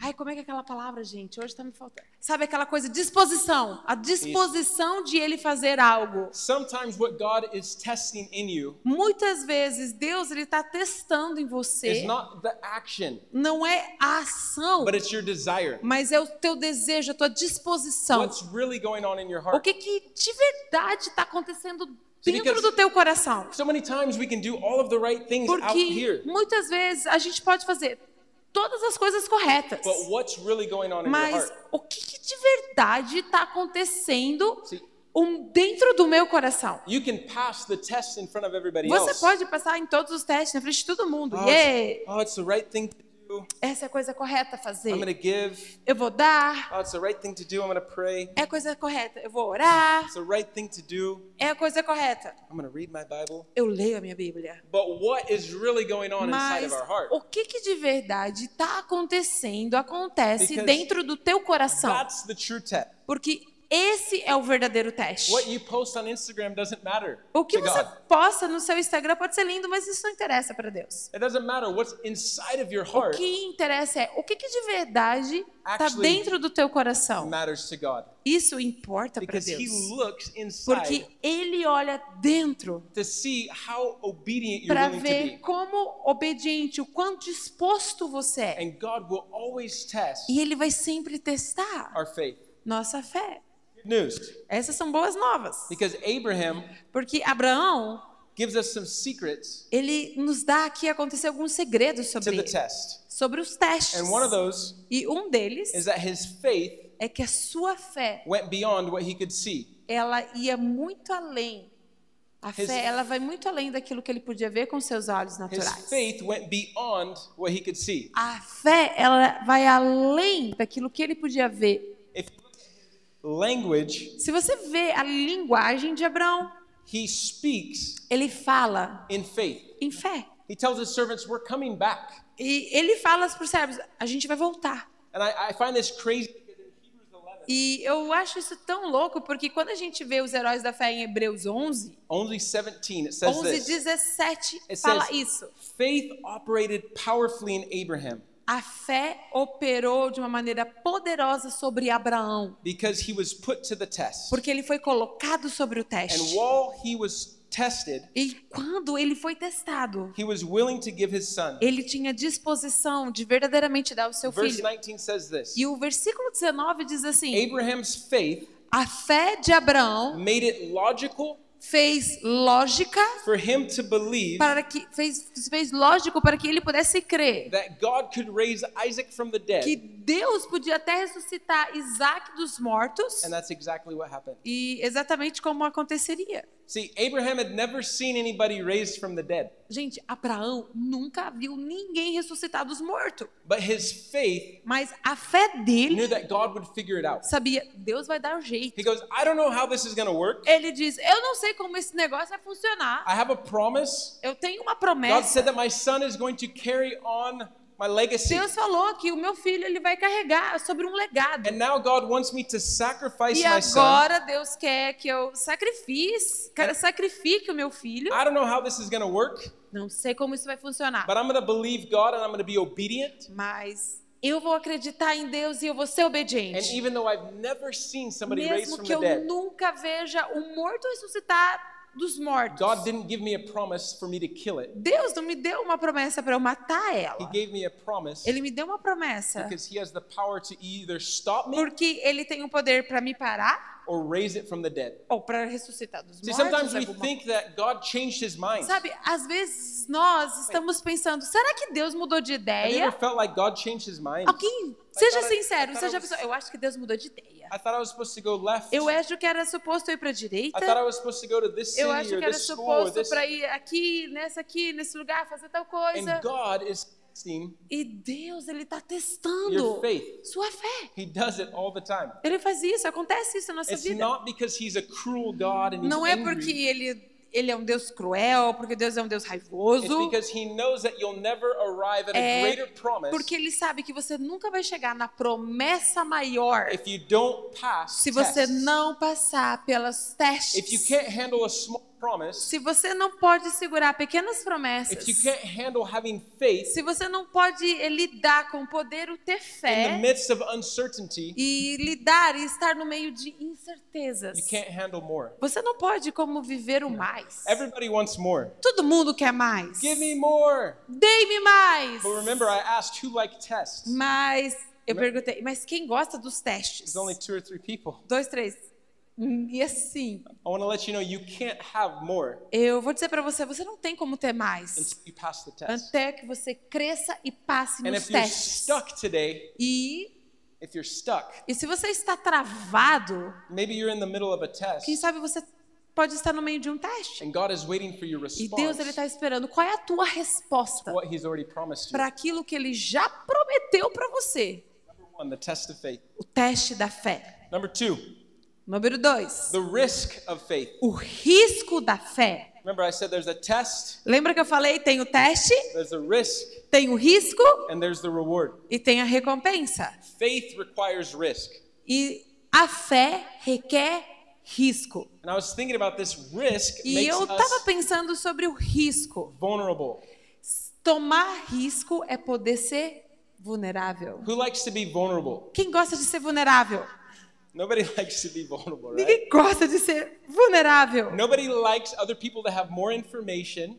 [SPEAKER 2] ai como é que é aquela palavra, gente? Hoje está me faltando. Sabe aquela coisa, disposição, a disposição de ele fazer algo.
[SPEAKER 1] Sometimes what God is testing in you
[SPEAKER 2] Muitas vezes Deus ele está testando em
[SPEAKER 1] is
[SPEAKER 2] você.
[SPEAKER 1] not the action,
[SPEAKER 2] não é a ação,
[SPEAKER 1] but it's your desire.
[SPEAKER 2] mas é o teu desejo, a tua disposição.
[SPEAKER 1] What's really going on in your
[SPEAKER 2] O
[SPEAKER 1] heart?
[SPEAKER 2] que que de verdade está acontecendo
[SPEAKER 1] See,
[SPEAKER 2] dentro
[SPEAKER 1] because-
[SPEAKER 2] do teu coração?
[SPEAKER 1] So many times we can do all of the right things out
[SPEAKER 2] Porque
[SPEAKER 1] here,
[SPEAKER 2] muitas vezes a gente pode fazer todas as coisas corretas,
[SPEAKER 1] but what's really going on in your
[SPEAKER 2] mas
[SPEAKER 1] heart?
[SPEAKER 2] o que que de verdade está acontecendo
[SPEAKER 1] See,
[SPEAKER 2] um- dentro do meu coração?
[SPEAKER 1] you can pass the test in front of everybody
[SPEAKER 2] Você
[SPEAKER 1] else.
[SPEAKER 2] pode passar em todos os testes na frente de todo mundo.
[SPEAKER 1] Oh,
[SPEAKER 2] Yeah,
[SPEAKER 1] it's, oh, it's the right thing to do.
[SPEAKER 2] essa é a coisa correta a
[SPEAKER 1] I'm going to
[SPEAKER 2] fazer.
[SPEAKER 1] give.
[SPEAKER 2] Eu vou dar.
[SPEAKER 1] Oh, it's the right thing to do. I'm going to pray.
[SPEAKER 2] É a coisa correta. Eu vou orar.
[SPEAKER 1] It's the right thing to do.
[SPEAKER 2] É a coisa correta.
[SPEAKER 1] I'm going to read my Bible.
[SPEAKER 2] Eu leio a minha Bíblia.
[SPEAKER 1] But what is really going on inside
[SPEAKER 2] Mas
[SPEAKER 1] of our heart?
[SPEAKER 2] o que, que de verdade está acontecendo, acontece
[SPEAKER 1] Because
[SPEAKER 2] dentro do teu coração.
[SPEAKER 1] That's the true test.
[SPEAKER 2] Porque Esse é o verdadeiro teste.
[SPEAKER 1] What you post on Instagram doesn't matter.
[SPEAKER 2] O que
[SPEAKER 1] to
[SPEAKER 2] você
[SPEAKER 1] God.
[SPEAKER 2] posta no seu Instagram pode ser lindo, mas isso não interessa para Deus.
[SPEAKER 1] It doesn't matter what's inside of your
[SPEAKER 2] O
[SPEAKER 1] heart
[SPEAKER 2] que interessa é o que, que de verdade está
[SPEAKER 1] Actually,
[SPEAKER 2] dentro do teu coração.
[SPEAKER 1] matters to God.
[SPEAKER 2] Isso importa para
[SPEAKER 1] Because He
[SPEAKER 2] Deus.
[SPEAKER 1] looks inside
[SPEAKER 2] Porque Ele olha dentro
[SPEAKER 1] to see how obedient you're
[SPEAKER 2] para
[SPEAKER 1] willing to
[SPEAKER 2] ver
[SPEAKER 1] be.
[SPEAKER 2] como obediente, o quão disposto você é.
[SPEAKER 1] And God will always test
[SPEAKER 2] E Ele vai sempre testar
[SPEAKER 1] our faith.
[SPEAKER 2] nossa fé.
[SPEAKER 1] Good news.
[SPEAKER 2] Essas são boas novas.
[SPEAKER 1] Because Abraham
[SPEAKER 2] Porque Abraão,
[SPEAKER 1] gives us some secrets
[SPEAKER 2] ele nos dá aqui acontecer alguns segredos
[SPEAKER 1] to the
[SPEAKER 2] sobre ele,
[SPEAKER 1] test.
[SPEAKER 2] sobre os testes.
[SPEAKER 1] And one of those
[SPEAKER 2] E um deles
[SPEAKER 1] is that his faith
[SPEAKER 2] é que a sua fé,
[SPEAKER 1] went beyond what he could see.
[SPEAKER 2] ela ia muito além. A
[SPEAKER 1] His-
[SPEAKER 2] fé, ela vai muito além daquilo que ele podia ver com seus olhos
[SPEAKER 1] His
[SPEAKER 2] naturais.
[SPEAKER 1] faith went beyond what he could see.
[SPEAKER 2] A fé, ela vai além daquilo que ele podia ver.
[SPEAKER 1] If you look at his language,
[SPEAKER 2] Se você vê a linguagem de Abraão,
[SPEAKER 1] he speaks
[SPEAKER 2] ele fala
[SPEAKER 1] in faith.
[SPEAKER 2] em fé.
[SPEAKER 1] He tells his servants, We're coming back.
[SPEAKER 2] E ele fala para os servos, a gente vai voltar.
[SPEAKER 1] And I, I find this crazy because in Hebrews 11,
[SPEAKER 2] E eu acho isso tão louco, porque quando a gente vê os heróis da fé em Hebreus 11,
[SPEAKER 1] only 17, it says
[SPEAKER 2] 11,
[SPEAKER 1] this.
[SPEAKER 2] 17
[SPEAKER 1] It
[SPEAKER 2] fala
[SPEAKER 1] says,
[SPEAKER 2] isso.
[SPEAKER 1] Faith operated powerfully in Abraham
[SPEAKER 2] A fé operou de uma maneira poderosa sobre Abraão,
[SPEAKER 1] because he was put to the test.
[SPEAKER 2] porque ele foi colocado sobre o
[SPEAKER 1] And
[SPEAKER 2] teste.
[SPEAKER 1] while he was tested,
[SPEAKER 2] E quando ele foi testado,
[SPEAKER 1] he was willing to give his son.
[SPEAKER 2] ele tinha disposição de verdadeiramente dar o seu
[SPEAKER 1] Verse
[SPEAKER 2] filho.
[SPEAKER 1] 19 says this
[SPEAKER 2] E o versículo 19 diz assim:
[SPEAKER 1] Abraham's faith
[SPEAKER 2] A fé de Abraão
[SPEAKER 1] made it logical
[SPEAKER 2] fez lógica
[SPEAKER 1] for him to believe
[SPEAKER 2] para que fez, fez lógico para que ele pudesse crer
[SPEAKER 1] that God could raise Isaac from the
[SPEAKER 2] que
[SPEAKER 1] dead.
[SPEAKER 2] Deus podia até ressuscitar Isaac dos mortos
[SPEAKER 1] And that's exactly what happened.
[SPEAKER 2] e exatamente como aconteceria.
[SPEAKER 1] See, Abraham had never seen anybody raised from the dead,
[SPEAKER 2] Gente, Abraão nunca viu ninguém ressuscitar dos mortos,
[SPEAKER 1] but his faith
[SPEAKER 2] mas a fé dele
[SPEAKER 1] knew that God would figure it out.
[SPEAKER 2] sabia, Deus vai dar o jeito.
[SPEAKER 1] He goes, I don't know how this is going to work.
[SPEAKER 2] Ele diz: "Eu não sei como esse negócio vai funcionar.
[SPEAKER 1] I have a promise.
[SPEAKER 2] Eu tenho uma
[SPEAKER 1] God
[SPEAKER 2] promessa.
[SPEAKER 1] said that my son is going to carry on my legacy.
[SPEAKER 2] Deus falou que o meu filho ele vai carregar sobre um legado.
[SPEAKER 1] And now God wants me to sacrifice
[SPEAKER 2] E
[SPEAKER 1] my son.
[SPEAKER 2] agora Deus quer que eu sacrifice, cara, sacrifique o meu filho.
[SPEAKER 1] I don't know how this is going to work,
[SPEAKER 2] Não sei como isso vai funcionar,
[SPEAKER 1] but I'm going to believe God and I'm going to be obedient.
[SPEAKER 2] mas eu vou acreditar em Deus e eu vou ser
[SPEAKER 1] And
[SPEAKER 2] obediente.
[SPEAKER 1] even though I've never seen somebody raised
[SPEAKER 2] Mesmo
[SPEAKER 1] from
[SPEAKER 2] que
[SPEAKER 1] the
[SPEAKER 2] eu
[SPEAKER 1] dead,
[SPEAKER 2] nunca veja o morto ressuscitar dos mortos.
[SPEAKER 1] God didn't give me a promise for me to kill it.
[SPEAKER 2] Deus não me deu uma promessa para eu matar
[SPEAKER 1] He
[SPEAKER 2] ela.
[SPEAKER 1] gave me a promise
[SPEAKER 2] Ele me deu uma promessa
[SPEAKER 1] because He has the power to either stop me
[SPEAKER 2] porque ele tem o poder para me parar
[SPEAKER 1] or raise it from the dead.
[SPEAKER 2] ou para ressuscitar dos
[SPEAKER 1] See,
[SPEAKER 2] mortos.
[SPEAKER 1] sometimes we
[SPEAKER 2] alguma-
[SPEAKER 1] think that God changed His mind.
[SPEAKER 2] Sabe, às vezes nós estamos pensando, será que Deus mudou de
[SPEAKER 1] Have you
[SPEAKER 2] ideia?
[SPEAKER 1] ever felt like God changed His mind?
[SPEAKER 2] Alguém, seja
[SPEAKER 1] thought I-
[SPEAKER 2] sincero,
[SPEAKER 1] I thought I
[SPEAKER 2] seja a
[SPEAKER 1] was-
[SPEAKER 2] pessoa, eu acho que Deus mudou de ideia.
[SPEAKER 1] I thought I was supposed to go left.
[SPEAKER 2] Eu acho que era suposto eu ir para
[SPEAKER 1] I thought I
[SPEAKER 2] direita.
[SPEAKER 1] was supposed to go to this
[SPEAKER 2] Eu
[SPEAKER 1] city
[SPEAKER 2] acho
[SPEAKER 1] or
[SPEAKER 2] que era
[SPEAKER 1] this school or
[SPEAKER 2] suposto
[SPEAKER 1] this.
[SPEAKER 2] para ir aqui, nessa aqui, nesse lugar, fazer tal
[SPEAKER 1] And
[SPEAKER 2] coisa.
[SPEAKER 1] God is testing.
[SPEAKER 2] E Deus, ele tá
[SPEAKER 1] Your
[SPEAKER 2] testando
[SPEAKER 1] faith.
[SPEAKER 2] sua fé.
[SPEAKER 1] He does it all the time.
[SPEAKER 2] Ele faz isso, acontece isso na nossa
[SPEAKER 1] It's
[SPEAKER 2] vida.
[SPEAKER 1] not because He's a cruel God and He's
[SPEAKER 2] Não é
[SPEAKER 1] angry.
[SPEAKER 2] porque ele ele é um Deus cruel, porque Deus é um Deus
[SPEAKER 1] It's
[SPEAKER 2] raivoso,
[SPEAKER 1] because He knows that you'll never arrive at a
[SPEAKER 2] É
[SPEAKER 1] greater promise
[SPEAKER 2] porque ele sabe que você nunca vai chegar na promessa maior
[SPEAKER 1] if you don't pass
[SPEAKER 2] se você
[SPEAKER 1] tests.
[SPEAKER 2] não passar pelos
[SPEAKER 1] If you
[SPEAKER 2] testes.
[SPEAKER 1] can't handle a small promise,
[SPEAKER 2] Se você não pode segurar pequenas promessas,
[SPEAKER 1] if you can't handle having faith
[SPEAKER 2] se você não pode eh, lidar com o poder, o ter
[SPEAKER 1] in the
[SPEAKER 2] fé
[SPEAKER 1] midst of uncertainty,
[SPEAKER 2] e lidar e estar no meio de incertezas,
[SPEAKER 1] you can't handle more.
[SPEAKER 2] você não pode como viver o mais.
[SPEAKER 1] Everybody wants more.
[SPEAKER 2] Todo mundo quer mais.
[SPEAKER 1] Give me more.
[SPEAKER 2] Dei-me mais.
[SPEAKER 1] But remember, I asked who liked tests.
[SPEAKER 2] Mas eu
[SPEAKER 1] Remember-
[SPEAKER 2] perguntei, mas quem gosta dos testes?
[SPEAKER 1] There's only two or three people.
[SPEAKER 2] Dois, três. Hum, E assim,
[SPEAKER 1] I want to let you know you can't have more
[SPEAKER 2] eu vou dizer pra você, você não tem como ter mais
[SPEAKER 1] until you pass the test.
[SPEAKER 2] até que você cresça e passe
[SPEAKER 1] And
[SPEAKER 2] nos
[SPEAKER 1] if you're
[SPEAKER 2] testes.
[SPEAKER 1] stuck today,
[SPEAKER 2] E
[SPEAKER 1] if you're stuck,
[SPEAKER 2] E se você está travado,
[SPEAKER 1] maybe you're in the middle of a test
[SPEAKER 2] quem sabe você pode estar no meio de um teste.
[SPEAKER 1] and God is waiting for your
[SPEAKER 2] E Deus ele
[SPEAKER 1] response
[SPEAKER 2] está esperando qual é a tua resposta
[SPEAKER 1] to what He's already promised you.
[SPEAKER 2] para aquilo que ele já prometeu para você.
[SPEAKER 1] Number one, the test of faith.
[SPEAKER 2] O teste da fé.
[SPEAKER 1] Number two,
[SPEAKER 2] Número dois,
[SPEAKER 1] the risk of faith.
[SPEAKER 2] o risco da fé.
[SPEAKER 1] Remember, I said there's a test,
[SPEAKER 2] Lembra que eu falei tem o teste,
[SPEAKER 1] there's a risk,
[SPEAKER 2] tem o risco
[SPEAKER 1] and there's the reward.
[SPEAKER 2] e tem a recompensa.
[SPEAKER 1] Faith requires risk.
[SPEAKER 2] E a A fé requer risco.
[SPEAKER 1] And I was thinking about this risk
[SPEAKER 2] E
[SPEAKER 1] makes
[SPEAKER 2] eu estava
[SPEAKER 1] us
[SPEAKER 2] pensando sobre o risco.
[SPEAKER 1] vulnerable.
[SPEAKER 2] Tomar risco é poder ser vulnerável.
[SPEAKER 1] Who likes to be vulnerable?
[SPEAKER 2] Quem gosta de ser vulnerável?
[SPEAKER 1] Nobody likes to be vulnerable, right?
[SPEAKER 2] Ninguém gosta de ser vulnerável.
[SPEAKER 1] Nobody likes other people to have more information.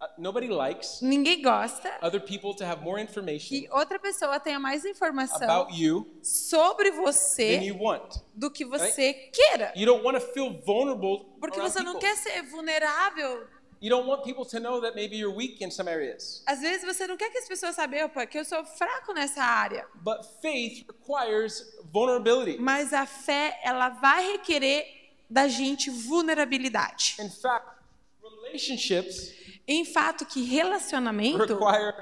[SPEAKER 1] Uh, nobody likes
[SPEAKER 2] Ninguém gosta
[SPEAKER 1] other people to have more information
[SPEAKER 2] que outra pessoa tenha mais informação
[SPEAKER 1] about you
[SPEAKER 2] sobre
[SPEAKER 1] than
[SPEAKER 2] você
[SPEAKER 1] you want.
[SPEAKER 2] do que você queira.
[SPEAKER 1] You don't want to feel vulnerable.
[SPEAKER 2] Porque
[SPEAKER 1] around
[SPEAKER 2] você não
[SPEAKER 1] people.
[SPEAKER 2] quer ser vulnerável.
[SPEAKER 1] You don't want people to know that maybe you're weak in some areas.
[SPEAKER 2] Às vezes você não quer que as pessoas saibam "Opa, que eu sou fraco nessa área.
[SPEAKER 1] But faith requires vulnerability.
[SPEAKER 2] Mas a fé, ela vai requerer da gente vulnerabilidade.
[SPEAKER 1] In fact, relationships
[SPEAKER 2] Em fato que relacionamento,
[SPEAKER 1] require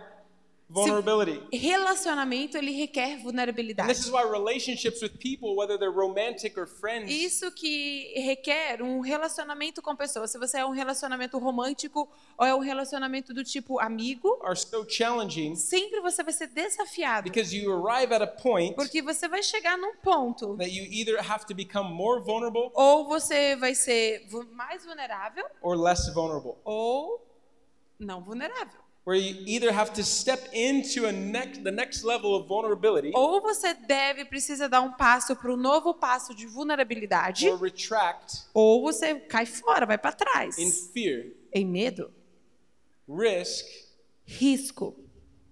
[SPEAKER 1] vulnerability.
[SPEAKER 2] relacionamento ele requer
[SPEAKER 1] And this
[SPEAKER 2] vulnerabilidade.
[SPEAKER 1] is why relationships with people, whether they're romantic or friends,
[SPEAKER 2] Isso que requer um relacionamento com pessoas. Se você é um relacionamento romântico ou é um relacionamento do tipo amigo,
[SPEAKER 1] are so challenging
[SPEAKER 2] sempre você vai ser desafiado.
[SPEAKER 1] because you arrive at a point
[SPEAKER 2] Porque você vai chegar num ponto
[SPEAKER 1] that you either have to become more vulnerable
[SPEAKER 2] ou você vai ser vu- mais vulnerável
[SPEAKER 1] or less vulnerable.
[SPEAKER 2] ou não vulnerável.
[SPEAKER 1] Where you either have to step into a next, the next level of vulnerability
[SPEAKER 2] Ou você deve precisa dar um passo para um novo passo de vulnerabilidade,
[SPEAKER 1] or retract
[SPEAKER 2] ou você cai fora, vai para trás.
[SPEAKER 1] in fear.
[SPEAKER 2] Em medo,
[SPEAKER 1] Risk
[SPEAKER 2] risco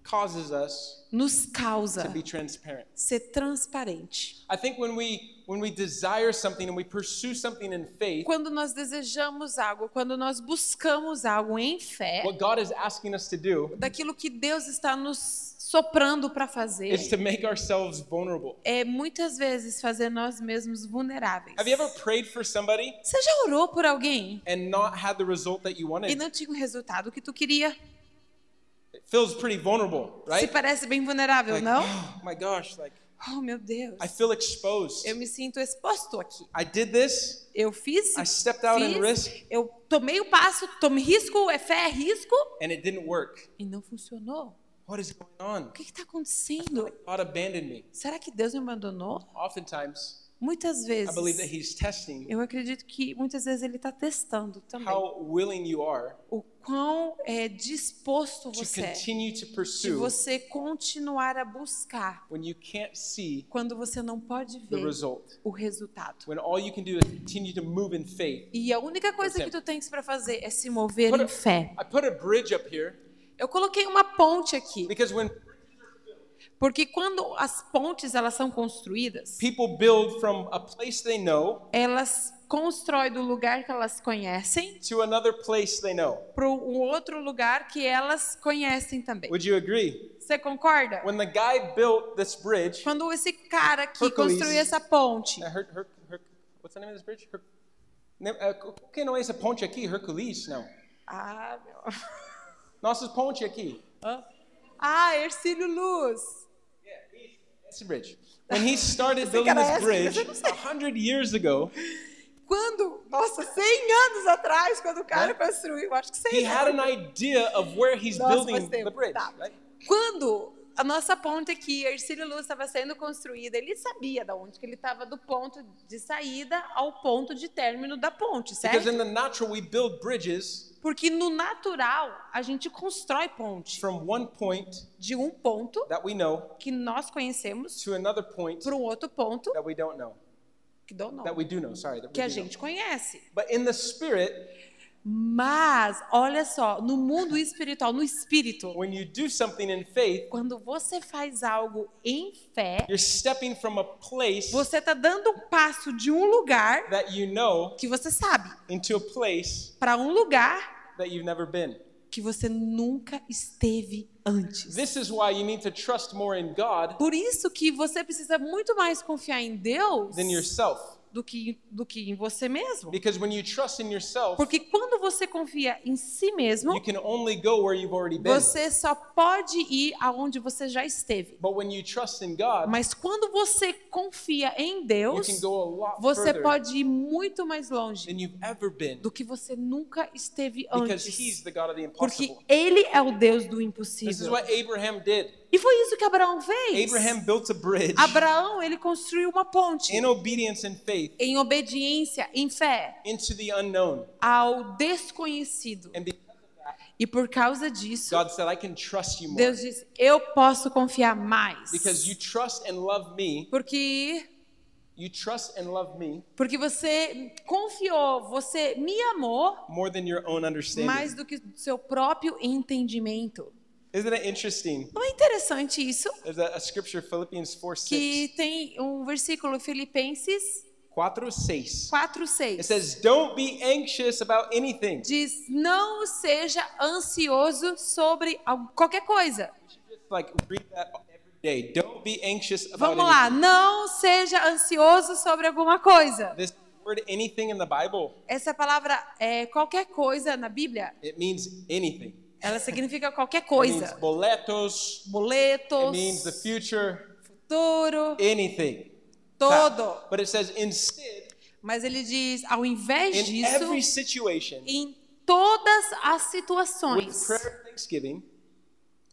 [SPEAKER 1] causes us
[SPEAKER 2] nos causa
[SPEAKER 1] to be transparent.
[SPEAKER 2] ser transparente.
[SPEAKER 1] I think when we when we desire something and we pursue something in faith,
[SPEAKER 2] Quando nós desejamos algo, quando nós buscamos algo em fé,
[SPEAKER 1] what God is asking us to do
[SPEAKER 2] daquilo que Deus está nos soprando para fazer,
[SPEAKER 1] is to make ourselves vulnerable.
[SPEAKER 2] é muitas vezes fazer nós mesmos vulneráveis.
[SPEAKER 1] Have you ever prayed for somebody
[SPEAKER 2] Você já orou por alguém
[SPEAKER 1] and not had the result that you
[SPEAKER 2] e
[SPEAKER 1] wanted?
[SPEAKER 2] não tinha o resultado que tu queria?
[SPEAKER 1] It feels pretty vulnerable,
[SPEAKER 2] Se
[SPEAKER 1] right?
[SPEAKER 2] parece bem vulnerável,
[SPEAKER 1] Like,
[SPEAKER 2] não?
[SPEAKER 1] oh my gosh, like
[SPEAKER 2] Oh, meu Deus.
[SPEAKER 1] I feel exposed.
[SPEAKER 2] Eu me sinto exposto aqui.
[SPEAKER 1] I did this.
[SPEAKER 2] Eu fiz,
[SPEAKER 1] I stepped out in
[SPEAKER 2] fiz,
[SPEAKER 1] risk.
[SPEAKER 2] eu tomei o passo, tomei risco, é fé, é risco,
[SPEAKER 1] and it didn't work.
[SPEAKER 2] e não funcionou.
[SPEAKER 1] What is going on?
[SPEAKER 2] O que está acontecendo?
[SPEAKER 1] God abandoned me.
[SPEAKER 2] Será que Deus me abandonou?
[SPEAKER 1] Oftentimes,
[SPEAKER 2] Muitas
[SPEAKER 1] I believe that
[SPEAKER 2] vezes,
[SPEAKER 1] He's testing
[SPEAKER 2] eu acredito que muitas vezes Ele está testando também
[SPEAKER 1] how willing you are
[SPEAKER 2] o quão é disposto
[SPEAKER 1] to
[SPEAKER 2] você é
[SPEAKER 1] continue to
[SPEAKER 2] de
[SPEAKER 1] pursue
[SPEAKER 2] você continuar a buscar
[SPEAKER 1] when you can't see
[SPEAKER 2] quando você não pode
[SPEAKER 1] the
[SPEAKER 2] ver
[SPEAKER 1] result.
[SPEAKER 2] o resultado.
[SPEAKER 1] When all you can do is continue to move in faith.
[SPEAKER 2] E a única coisa que
[SPEAKER 1] exemplo.
[SPEAKER 2] tu tens para fazer é se mover
[SPEAKER 1] Quando-
[SPEAKER 2] em fé.
[SPEAKER 1] I put a bridge up here
[SPEAKER 2] Eu coloquei uma ponte aqui,
[SPEAKER 1] because when
[SPEAKER 2] porque quando as pontes elas são construídas,
[SPEAKER 1] people build from a place they know
[SPEAKER 2] elas constroem do lugar que elas conhecem
[SPEAKER 1] to another place they know.
[SPEAKER 2] para um outro lugar que elas conhecem também.
[SPEAKER 1] Would you agree?
[SPEAKER 2] Você concorda?
[SPEAKER 1] When the guy built this bridge,
[SPEAKER 2] Quando esse cara que
[SPEAKER 1] Hercules.
[SPEAKER 2] construiu essa ponte,
[SPEAKER 1] uh, her, her, her, what's the name of this bridge? Her, ne- uh, qual que não é essa ponte aqui? Hercules, não.
[SPEAKER 2] ah, meu...
[SPEAKER 1] Nossa ponte aqui.
[SPEAKER 2] Hã? ah, Ercílio Luz.
[SPEAKER 1] That's a bridge. When he started
[SPEAKER 2] Esse
[SPEAKER 1] building
[SPEAKER 2] cara é
[SPEAKER 1] this
[SPEAKER 2] esse,
[SPEAKER 1] bridge
[SPEAKER 2] eu não sei.
[SPEAKER 1] a hundred years ago,
[SPEAKER 2] Quando, nossa, 100 anos atrás, quando o cara
[SPEAKER 1] Hã?
[SPEAKER 2] construiu, acho que 100
[SPEAKER 1] he had
[SPEAKER 2] anos.
[SPEAKER 1] an idea of where he's
[SPEAKER 2] Nossa,
[SPEAKER 1] building
[SPEAKER 2] faz tempo.
[SPEAKER 1] the bridge.
[SPEAKER 2] Tá.
[SPEAKER 1] Right?
[SPEAKER 2] Quando a nossa ponte aqui, Ercílio Luz, estava sendo construída, ele sabia da onde que ele estava do ponto de saída ao ponto de término da ponte,
[SPEAKER 1] Because
[SPEAKER 2] certo?
[SPEAKER 1] in the natural, we build bridges
[SPEAKER 2] Porque no natural a gente constrói ponte
[SPEAKER 1] from one point
[SPEAKER 2] de um ponto
[SPEAKER 1] that we know
[SPEAKER 2] que nós conhecemos
[SPEAKER 1] to another point
[SPEAKER 2] para um outro ponto
[SPEAKER 1] that we don't know,
[SPEAKER 2] que dou nome,
[SPEAKER 1] that we do know. Sorry, that we
[SPEAKER 2] que a
[SPEAKER 1] do know.
[SPEAKER 2] gente conhece.
[SPEAKER 1] But in the spirit,
[SPEAKER 2] Mas olha só, no mundo espiritual, no espírito,
[SPEAKER 1] when you do something in faith,
[SPEAKER 2] quando você faz algo em fé,
[SPEAKER 1] you're stepping from a place
[SPEAKER 2] você está dando um passo de um lugar
[SPEAKER 1] that you know
[SPEAKER 2] que você sabe
[SPEAKER 1] into a place
[SPEAKER 2] para um lugar
[SPEAKER 1] that you've never been.
[SPEAKER 2] que você nunca esteve antes.
[SPEAKER 1] This is why you need to trust more in God
[SPEAKER 2] Por isso que você precisa muito mais confiar em Deus
[SPEAKER 1] than yourself.
[SPEAKER 2] do que, do que em você mesmo.
[SPEAKER 1] Because when you trust in yourself,
[SPEAKER 2] Porque quando você confia em si mesmo,
[SPEAKER 1] you can only go where you've already been.
[SPEAKER 2] você só pode ir aonde você já esteve.
[SPEAKER 1] But when you trust in God,
[SPEAKER 2] Mas quando você confia em
[SPEAKER 1] you
[SPEAKER 2] Deus,
[SPEAKER 1] can go a lot
[SPEAKER 2] você
[SPEAKER 1] further
[SPEAKER 2] pode ir muito mais longe
[SPEAKER 1] than you've ever been
[SPEAKER 2] do que você nunca esteve
[SPEAKER 1] because He's
[SPEAKER 2] antes.
[SPEAKER 1] the God of the
[SPEAKER 2] Porque
[SPEAKER 1] impossible.
[SPEAKER 2] Ele é o Deus do
[SPEAKER 1] This is
[SPEAKER 2] impossível.
[SPEAKER 1] what Abraham did.
[SPEAKER 2] E foi isso que Abraão fez.
[SPEAKER 1] Abraham built a bridge
[SPEAKER 2] Abraão, ele construiu uma ponte
[SPEAKER 1] in obedience and faith
[SPEAKER 2] em obediência, em fé,
[SPEAKER 1] into the unknown.
[SPEAKER 2] ao desconhecido.
[SPEAKER 1] And because
[SPEAKER 2] E por causa disso,
[SPEAKER 1] God said, I can trust you more.
[SPEAKER 2] Deus disse: Eu posso confiar mais.
[SPEAKER 1] Because you trust and love me,
[SPEAKER 2] Porque
[SPEAKER 1] you trust and love me
[SPEAKER 2] porque você confiou, você me amou
[SPEAKER 1] more than your own understanding.
[SPEAKER 2] mais do que do seu próprio entendimento.
[SPEAKER 1] Isn't it interesting?
[SPEAKER 2] Não é interessante isso?
[SPEAKER 1] There's a, a scripture, Philippians 4
[SPEAKER 2] Que
[SPEAKER 1] 6.
[SPEAKER 2] tem um versículo Filipenses
[SPEAKER 1] 4 6.
[SPEAKER 2] 4,
[SPEAKER 1] It
[SPEAKER 2] 6.
[SPEAKER 1] says, Don't be anxious about anything.
[SPEAKER 2] Diz: Não seja ansioso sobre al- qualquer coisa.
[SPEAKER 1] Like, read that every day. Don't be anxious about
[SPEAKER 2] Vamos lá,
[SPEAKER 1] anything.
[SPEAKER 2] não seja ansioso sobre alguma coisa.
[SPEAKER 1] This word anything in the Bible,
[SPEAKER 2] Essa palavra é qualquer coisa na Bíblia,
[SPEAKER 1] it means anything.
[SPEAKER 2] ela significa qualquer
[SPEAKER 1] It É means
[SPEAKER 2] coisa.
[SPEAKER 1] boletos. It
[SPEAKER 2] Boletos,
[SPEAKER 1] means the future.
[SPEAKER 2] futuro,
[SPEAKER 1] Anything. tá
[SPEAKER 2] todo.
[SPEAKER 1] But it says instead,
[SPEAKER 2] Mas ele diz, ao invés
[SPEAKER 1] in every
[SPEAKER 2] disso,
[SPEAKER 1] situation,
[SPEAKER 2] em todas as
[SPEAKER 1] with
[SPEAKER 2] situações,
[SPEAKER 1] prayer and thanksgiving,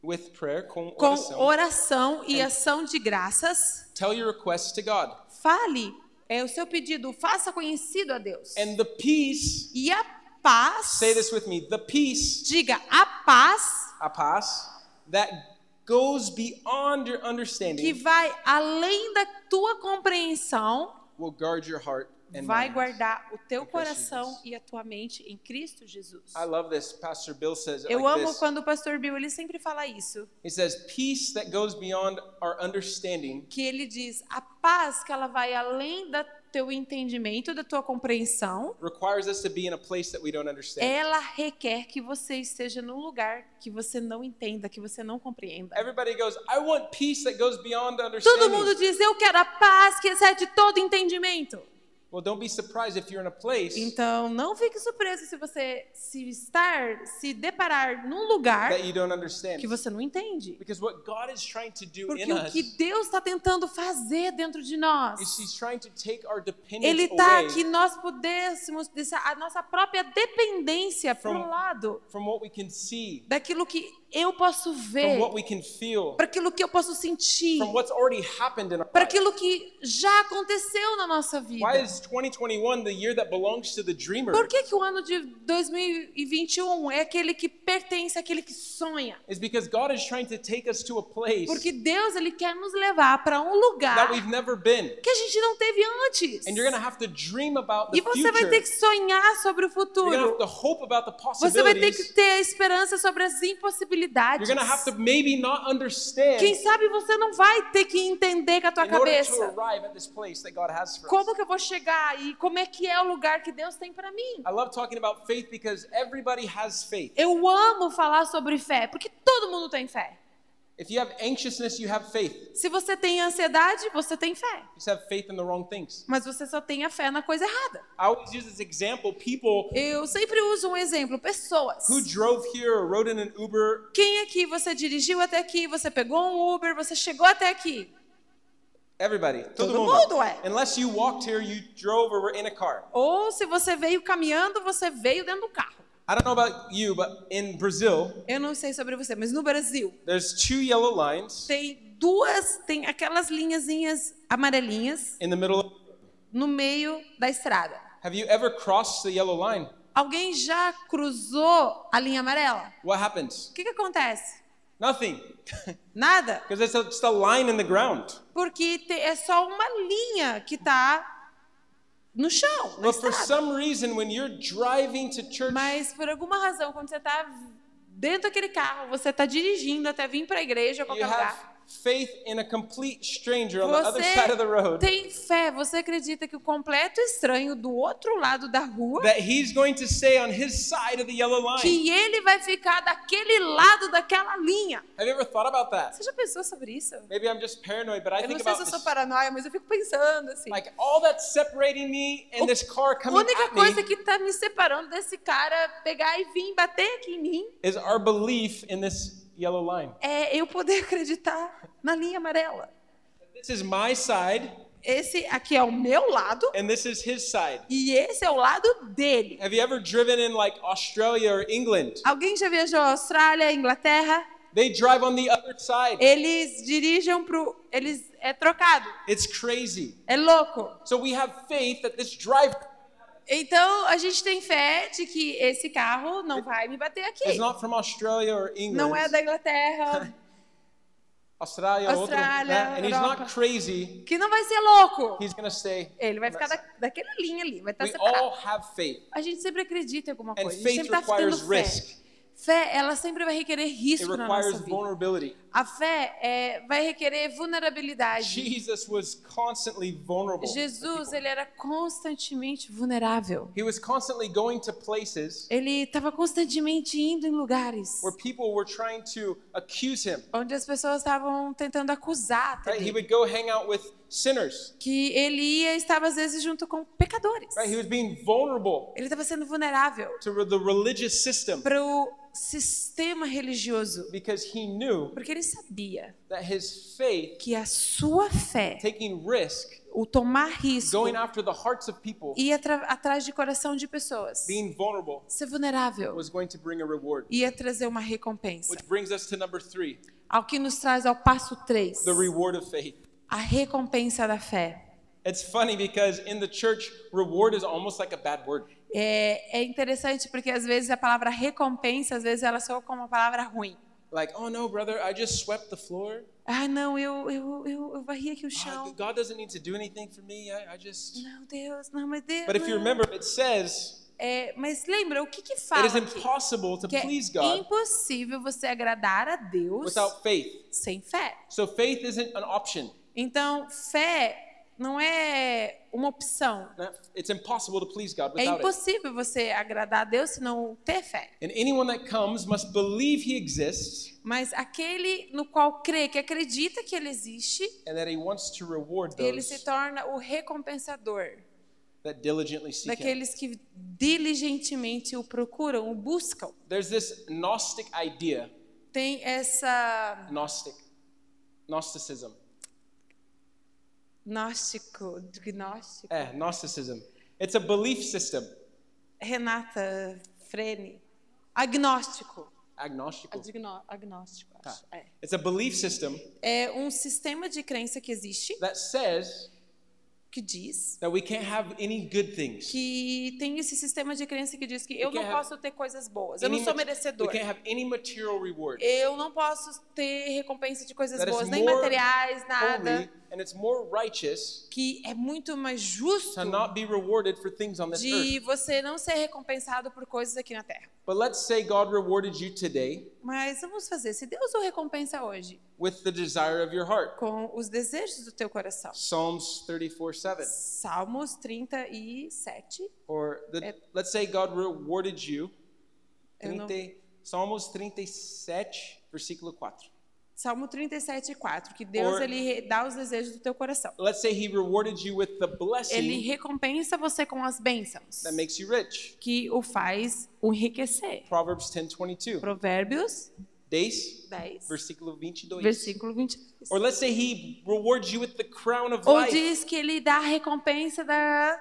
[SPEAKER 1] with prayer, com
[SPEAKER 2] com
[SPEAKER 1] oração,
[SPEAKER 2] oração e ação de graças,
[SPEAKER 1] tell your requests to God.
[SPEAKER 2] fale é o seu pedido, faça conhecido a Deus.
[SPEAKER 1] And the peace,
[SPEAKER 2] E a paz,
[SPEAKER 1] say this with me, the peace,
[SPEAKER 2] diga, a paz
[SPEAKER 1] a paz, that goes beyond your
[SPEAKER 2] que
[SPEAKER 1] understanding
[SPEAKER 2] vai além da tua compreensão,
[SPEAKER 1] will guard your heart and
[SPEAKER 2] vai
[SPEAKER 1] mind.
[SPEAKER 2] guardar o teu
[SPEAKER 1] Em Cristo
[SPEAKER 2] coração
[SPEAKER 1] Jesus.
[SPEAKER 2] e a tua mente em Cristo Jesus.
[SPEAKER 1] I love this. Pastor Bill says it
[SPEAKER 2] Eu
[SPEAKER 1] like
[SPEAKER 2] amo
[SPEAKER 1] this.
[SPEAKER 2] quando o pastor Bill ele sempre fala isso,
[SPEAKER 1] He says, peace that goes beyond our understanding
[SPEAKER 2] que ele diz a paz que ela vai além do teu entendimento, da tua compreensão,
[SPEAKER 1] requires us to be in a place that we don't understand.
[SPEAKER 2] ela requer que você esteja num lugar que você não entenda, que você não compreenda.
[SPEAKER 1] Everybody goes, I want peace that goes beyond
[SPEAKER 2] Todo
[SPEAKER 1] understanding.
[SPEAKER 2] mundo diz eu quero a paz que excede todo entendimento.
[SPEAKER 1] Well, don't be surprised if you're in a place
[SPEAKER 2] Então não fique surpreso se você se estar, se deparar num lugar
[SPEAKER 1] that you don't understand.
[SPEAKER 2] que você não entende,
[SPEAKER 1] Because what God is trying to do
[SPEAKER 2] porque
[SPEAKER 1] in
[SPEAKER 2] o
[SPEAKER 1] us
[SPEAKER 2] que Deus está tentando fazer dentro de nós.
[SPEAKER 1] is He's trying to take our dependence
[SPEAKER 2] Ele está
[SPEAKER 1] away
[SPEAKER 2] que nós pudéssemos deixar a nossa própria dependência para
[SPEAKER 1] From-
[SPEAKER 2] o lado
[SPEAKER 1] from what we can see,
[SPEAKER 2] daquilo que eu posso
[SPEAKER 1] from
[SPEAKER 2] ver,
[SPEAKER 1] what we can feel,
[SPEAKER 2] para aquilo que eu posso sentir,
[SPEAKER 1] from what's already happened in our
[SPEAKER 2] para
[SPEAKER 1] life.
[SPEAKER 2] aquilo que já aconteceu na nossa
[SPEAKER 1] Why
[SPEAKER 2] vida.
[SPEAKER 1] is 2021 the year that belongs to the dreamer?
[SPEAKER 2] Por que, que o ano de 2021 é aquele que pertence àquele que sonha?
[SPEAKER 1] It's because God is trying to take us to a place
[SPEAKER 2] Porque Deus ele quer nos levar para um lugar
[SPEAKER 1] that we've never been.
[SPEAKER 2] que a gente não teve antes.
[SPEAKER 1] And you're going to have to dream about the
[SPEAKER 2] E você
[SPEAKER 1] future.
[SPEAKER 2] vai ter que sonhar sobre o
[SPEAKER 1] You're going to
[SPEAKER 2] futuro.
[SPEAKER 1] have to hope about the
[SPEAKER 2] Você vai ter
[SPEAKER 1] possibilities.
[SPEAKER 2] que ter a esperança sobre as
[SPEAKER 1] You're
[SPEAKER 2] impossibilidades.
[SPEAKER 1] going to have to maybe not understand
[SPEAKER 2] Quem sabe você não vai ter que entender com a tua
[SPEAKER 1] in order to
[SPEAKER 2] cabeça
[SPEAKER 1] arrive at this place that God has for us.
[SPEAKER 2] como que eu vou chegar e como é que é o lugar que Deus tem para mim.
[SPEAKER 1] I love talking about faith because everybody has faith.
[SPEAKER 2] Eu amo falar sobre fé, porque todo mundo tem fé.
[SPEAKER 1] If you have anxiousness, you have faith.
[SPEAKER 2] Se você tem ansiedade, você tem fé,
[SPEAKER 1] You just have faith in the wrong things.
[SPEAKER 2] mas você só tem a fé na coisa errada.
[SPEAKER 1] I always use this example people
[SPEAKER 2] Eu sempre uso um exemplo, pessoas.
[SPEAKER 1] who drove here or rode in an Uber.
[SPEAKER 2] Quem aqui você dirigiu até aqui, você pegou um Uber, você chegou até aqui?
[SPEAKER 1] Everybody.
[SPEAKER 2] Todo
[SPEAKER 1] mundo.
[SPEAKER 2] mundo, eh. ué.
[SPEAKER 1] Unless you walked here, you drove or were in a car.
[SPEAKER 2] Ou se você veio caminhando, você veio dentro do carro.
[SPEAKER 1] I don't know about you, but in Brazil,
[SPEAKER 2] Eu não sei sobre você, mas no Brasil
[SPEAKER 1] there's two yellow lines
[SPEAKER 2] tem duas, tem aquelas linhazinhas amarelinhas
[SPEAKER 1] in the middle. Of,
[SPEAKER 2] no meio da estrada.
[SPEAKER 1] have you ever crossed the yellow line?
[SPEAKER 2] Alguém já cruzou a linha amarela?
[SPEAKER 1] What happens?
[SPEAKER 2] O que, que acontece?
[SPEAKER 1] Nothing.
[SPEAKER 2] Nada,
[SPEAKER 1] Because it's a- just a line in the ground.
[SPEAKER 2] porque te- é só uma linha que tá no chão. na
[SPEAKER 1] But for
[SPEAKER 2] estrada.
[SPEAKER 1] some reason, when you're driving to church,
[SPEAKER 2] Mas por alguma razão, quando você tá dentro daquele carro, você tá dirigindo até vir para a igreja ou
[SPEAKER 1] you
[SPEAKER 2] qualquer
[SPEAKER 1] have
[SPEAKER 2] lugar.
[SPEAKER 1] faith in a complete stranger on the other side of the
[SPEAKER 2] Você
[SPEAKER 1] road
[SPEAKER 2] tem fé, você acredita que o completo estranho do outro lado da rua
[SPEAKER 1] that he's going to stay on his side of the yellow line.
[SPEAKER 2] que ele vai ficar daquele lado daquela linha.
[SPEAKER 1] Have you ever thought about that?
[SPEAKER 2] Você já pensou sobre isso?
[SPEAKER 1] Maybe I'm just paranoid, but I
[SPEAKER 2] Eu não
[SPEAKER 1] think
[SPEAKER 2] sei
[SPEAKER 1] about
[SPEAKER 2] se eu sou
[SPEAKER 1] this.
[SPEAKER 2] paranoia, mas eu fico pensando assim.
[SPEAKER 1] Like all that's separating me and
[SPEAKER 2] O-
[SPEAKER 1] this car
[SPEAKER 2] A
[SPEAKER 1] coming
[SPEAKER 2] Oh, única
[SPEAKER 1] at
[SPEAKER 2] coisa
[SPEAKER 1] me
[SPEAKER 2] que tá me separando desse cara pegar e vir bater aqui em mim
[SPEAKER 1] is our belief in this yellow line.
[SPEAKER 2] é eu poder acreditar na linha amarela.
[SPEAKER 1] This is my side
[SPEAKER 2] Esse aqui é o meu lado
[SPEAKER 1] and this is his side.
[SPEAKER 2] e esse é o lado dele.
[SPEAKER 1] Have you ever driven in like Australia or England?
[SPEAKER 2] Alguém já viajou à Austrália, Inglaterra?
[SPEAKER 1] They drive on the other side.
[SPEAKER 2] Eh. Eles dirigem pro. Eles é trocado.
[SPEAKER 1] It's crazy.
[SPEAKER 2] É louco.
[SPEAKER 1] So we have faith that this driver
[SPEAKER 2] Então a gente tem fé de que esse carro não vai me bater aqui.
[SPEAKER 1] is not from Australia or England.
[SPEAKER 2] Não é da Inglaterra.
[SPEAKER 1] Australia, outro,
[SPEAKER 2] Austrália,
[SPEAKER 1] né? and he's not
[SPEAKER 2] Europa. Eh,
[SPEAKER 1] crazy.
[SPEAKER 2] Que não vai ser louco.
[SPEAKER 1] He's gonna say
[SPEAKER 2] Ele vai ficar da, daquela linha ali. Vai estar
[SPEAKER 1] we
[SPEAKER 2] separado.
[SPEAKER 1] all have faith.
[SPEAKER 2] A gente sempre acredita em alguma
[SPEAKER 1] And
[SPEAKER 2] coisa. A gente
[SPEAKER 1] faith
[SPEAKER 2] sempre está tendo
[SPEAKER 1] requires
[SPEAKER 2] fé.
[SPEAKER 1] risk.
[SPEAKER 2] Fé, ela sempre vai requerer
[SPEAKER 1] It
[SPEAKER 2] risco na
[SPEAKER 1] requires
[SPEAKER 2] nossa vida.
[SPEAKER 1] vulnerability.
[SPEAKER 2] A fé é, vai requerer vulnerabilidade.
[SPEAKER 1] Jesus was constantly vulnerable.
[SPEAKER 2] Jesus, ele era constantemente vulnerável.
[SPEAKER 1] He was constantly going to places
[SPEAKER 2] Ele estava constantemente indo em lugares
[SPEAKER 1] where people were trying to accuse him.
[SPEAKER 2] onde as pessoas estavam tentando acusar. até
[SPEAKER 1] Right? He
[SPEAKER 2] dele.
[SPEAKER 1] would go hang out with sinners.
[SPEAKER 2] Que ele ia e estava às vezes junto com pecadores.
[SPEAKER 1] Right? He was being vulnerable
[SPEAKER 2] Ele estava sendo vulnerável
[SPEAKER 1] to the religious system
[SPEAKER 2] para o sistema religioso,
[SPEAKER 1] because he knew
[SPEAKER 2] porque ele sabia
[SPEAKER 1] that his faith,
[SPEAKER 2] que a sua fé,
[SPEAKER 1] taking risk,
[SPEAKER 2] o tomar risco,
[SPEAKER 1] going after the hearts of people,
[SPEAKER 2] ir atra- atrás de coração de pessoas,
[SPEAKER 1] being vulnerable,
[SPEAKER 2] ser vulnerável,
[SPEAKER 1] was going to bring a reward.
[SPEAKER 2] ia trazer uma recompensa.
[SPEAKER 1] Which brings us to number three
[SPEAKER 2] Ao que nos traz ao passo 3,
[SPEAKER 1] the reward of faith.
[SPEAKER 2] a recompensa da fé.
[SPEAKER 1] It's funny because in the church, reward is almost like a bad word.
[SPEAKER 2] É, é interessante porque às vezes a palavra recompensa, às vezes ela soa como uma palavra ruim.
[SPEAKER 1] Like, oh no, brother, I just swept the floor.
[SPEAKER 2] Ah, não, eu, eu, eu, eu varri aqui o
[SPEAKER 1] Ah,
[SPEAKER 2] chão.
[SPEAKER 1] God doesn't need to do anything for me. I, I just.
[SPEAKER 2] Não, Deus, não, mas Deus.
[SPEAKER 1] But if you
[SPEAKER 2] não.
[SPEAKER 1] remember, it says
[SPEAKER 2] É, mas lembra, o que que
[SPEAKER 1] it
[SPEAKER 2] fala
[SPEAKER 1] is
[SPEAKER 2] aqui?
[SPEAKER 1] impossible to
[SPEAKER 2] Que é
[SPEAKER 1] please God
[SPEAKER 2] impossível você agradar a Deus
[SPEAKER 1] without faith.
[SPEAKER 2] sem fé.
[SPEAKER 1] So faith isn't an option.
[SPEAKER 2] Então, fé não é uma opção.
[SPEAKER 1] Nah, It's impossible to please God
[SPEAKER 2] É
[SPEAKER 1] without it.
[SPEAKER 2] impossível você agradar a Deus se não ter fé.
[SPEAKER 1] And anyone that comes must believe He exists
[SPEAKER 2] Mas aquele no qual crê, que acredita que ele existe,
[SPEAKER 1] and that He wants to reward
[SPEAKER 2] ele se
[SPEAKER 1] those
[SPEAKER 2] torna o recompensador
[SPEAKER 1] that diligently seek Him.
[SPEAKER 2] daqueles que diligentemente o procuram, o buscam.
[SPEAKER 1] There's this Gnostic idea,
[SPEAKER 2] Tem essa
[SPEAKER 1] Gnostic, Gnosticism.
[SPEAKER 2] gnóstico, gnóstico.
[SPEAKER 1] Eh, Gnosticism. It's a belief system.
[SPEAKER 2] Renata Frene, agnóstico.
[SPEAKER 1] Agnostical.
[SPEAKER 2] Agnó- Agnóstico, acho. É.
[SPEAKER 1] It's a belief system
[SPEAKER 2] é um sistema de crença que existe
[SPEAKER 1] that says
[SPEAKER 2] que diz
[SPEAKER 1] that we can't have any good things.
[SPEAKER 2] que tem esse sistema de crença que diz que eu
[SPEAKER 1] We
[SPEAKER 2] não
[SPEAKER 1] can't have
[SPEAKER 2] posso ter coisas boas, eu não
[SPEAKER 1] Any
[SPEAKER 2] sou
[SPEAKER 1] é- ma- é-
[SPEAKER 2] merecedor.
[SPEAKER 1] We can't have any material reward.
[SPEAKER 2] Eu não posso ter recompensa de coisas
[SPEAKER 1] That is
[SPEAKER 2] boas, nem
[SPEAKER 1] more
[SPEAKER 2] materiais,
[SPEAKER 1] Holy,
[SPEAKER 2] nada.
[SPEAKER 1] and it's more righteous
[SPEAKER 2] Que é muito mais justo
[SPEAKER 1] to not be rewarded for things on this earth.
[SPEAKER 2] de você não ser recompensado por coisas aqui na Terra.
[SPEAKER 1] But let's say God rewarded you today
[SPEAKER 2] Mas vamos fazer, se Deus o recompensa hoje
[SPEAKER 1] with the desire of your heart.
[SPEAKER 2] com os desejos do teu coração.
[SPEAKER 1] Psalms 34 7.
[SPEAKER 2] Salmos 37.
[SPEAKER 1] Or the,
[SPEAKER 2] É-
[SPEAKER 1] let's say God rewarded you.
[SPEAKER 2] Eh. Eu não-
[SPEAKER 1] 30, Salmos 37, versículo 4.
[SPEAKER 2] Salmo 37, 4, que Deus
[SPEAKER 1] Or-
[SPEAKER 2] ele re- dá os desejos do teu coração.
[SPEAKER 1] Let's say He rewarded you with the blessing
[SPEAKER 2] Ele recompensa você com as bênçãos,
[SPEAKER 1] that makes you rich.
[SPEAKER 2] que o faz o enriquecer.
[SPEAKER 1] Proverbs 10 22.
[SPEAKER 2] Provérbios
[SPEAKER 1] 10,
[SPEAKER 2] 10,
[SPEAKER 1] versículo 22.
[SPEAKER 2] versículo 22.
[SPEAKER 1] Or let's say he rewards you with the crown of
[SPEAKER 2] Ou
[SPEAKER 1] life.
[SPEAKER 2] diz que ele dá a recompensa da,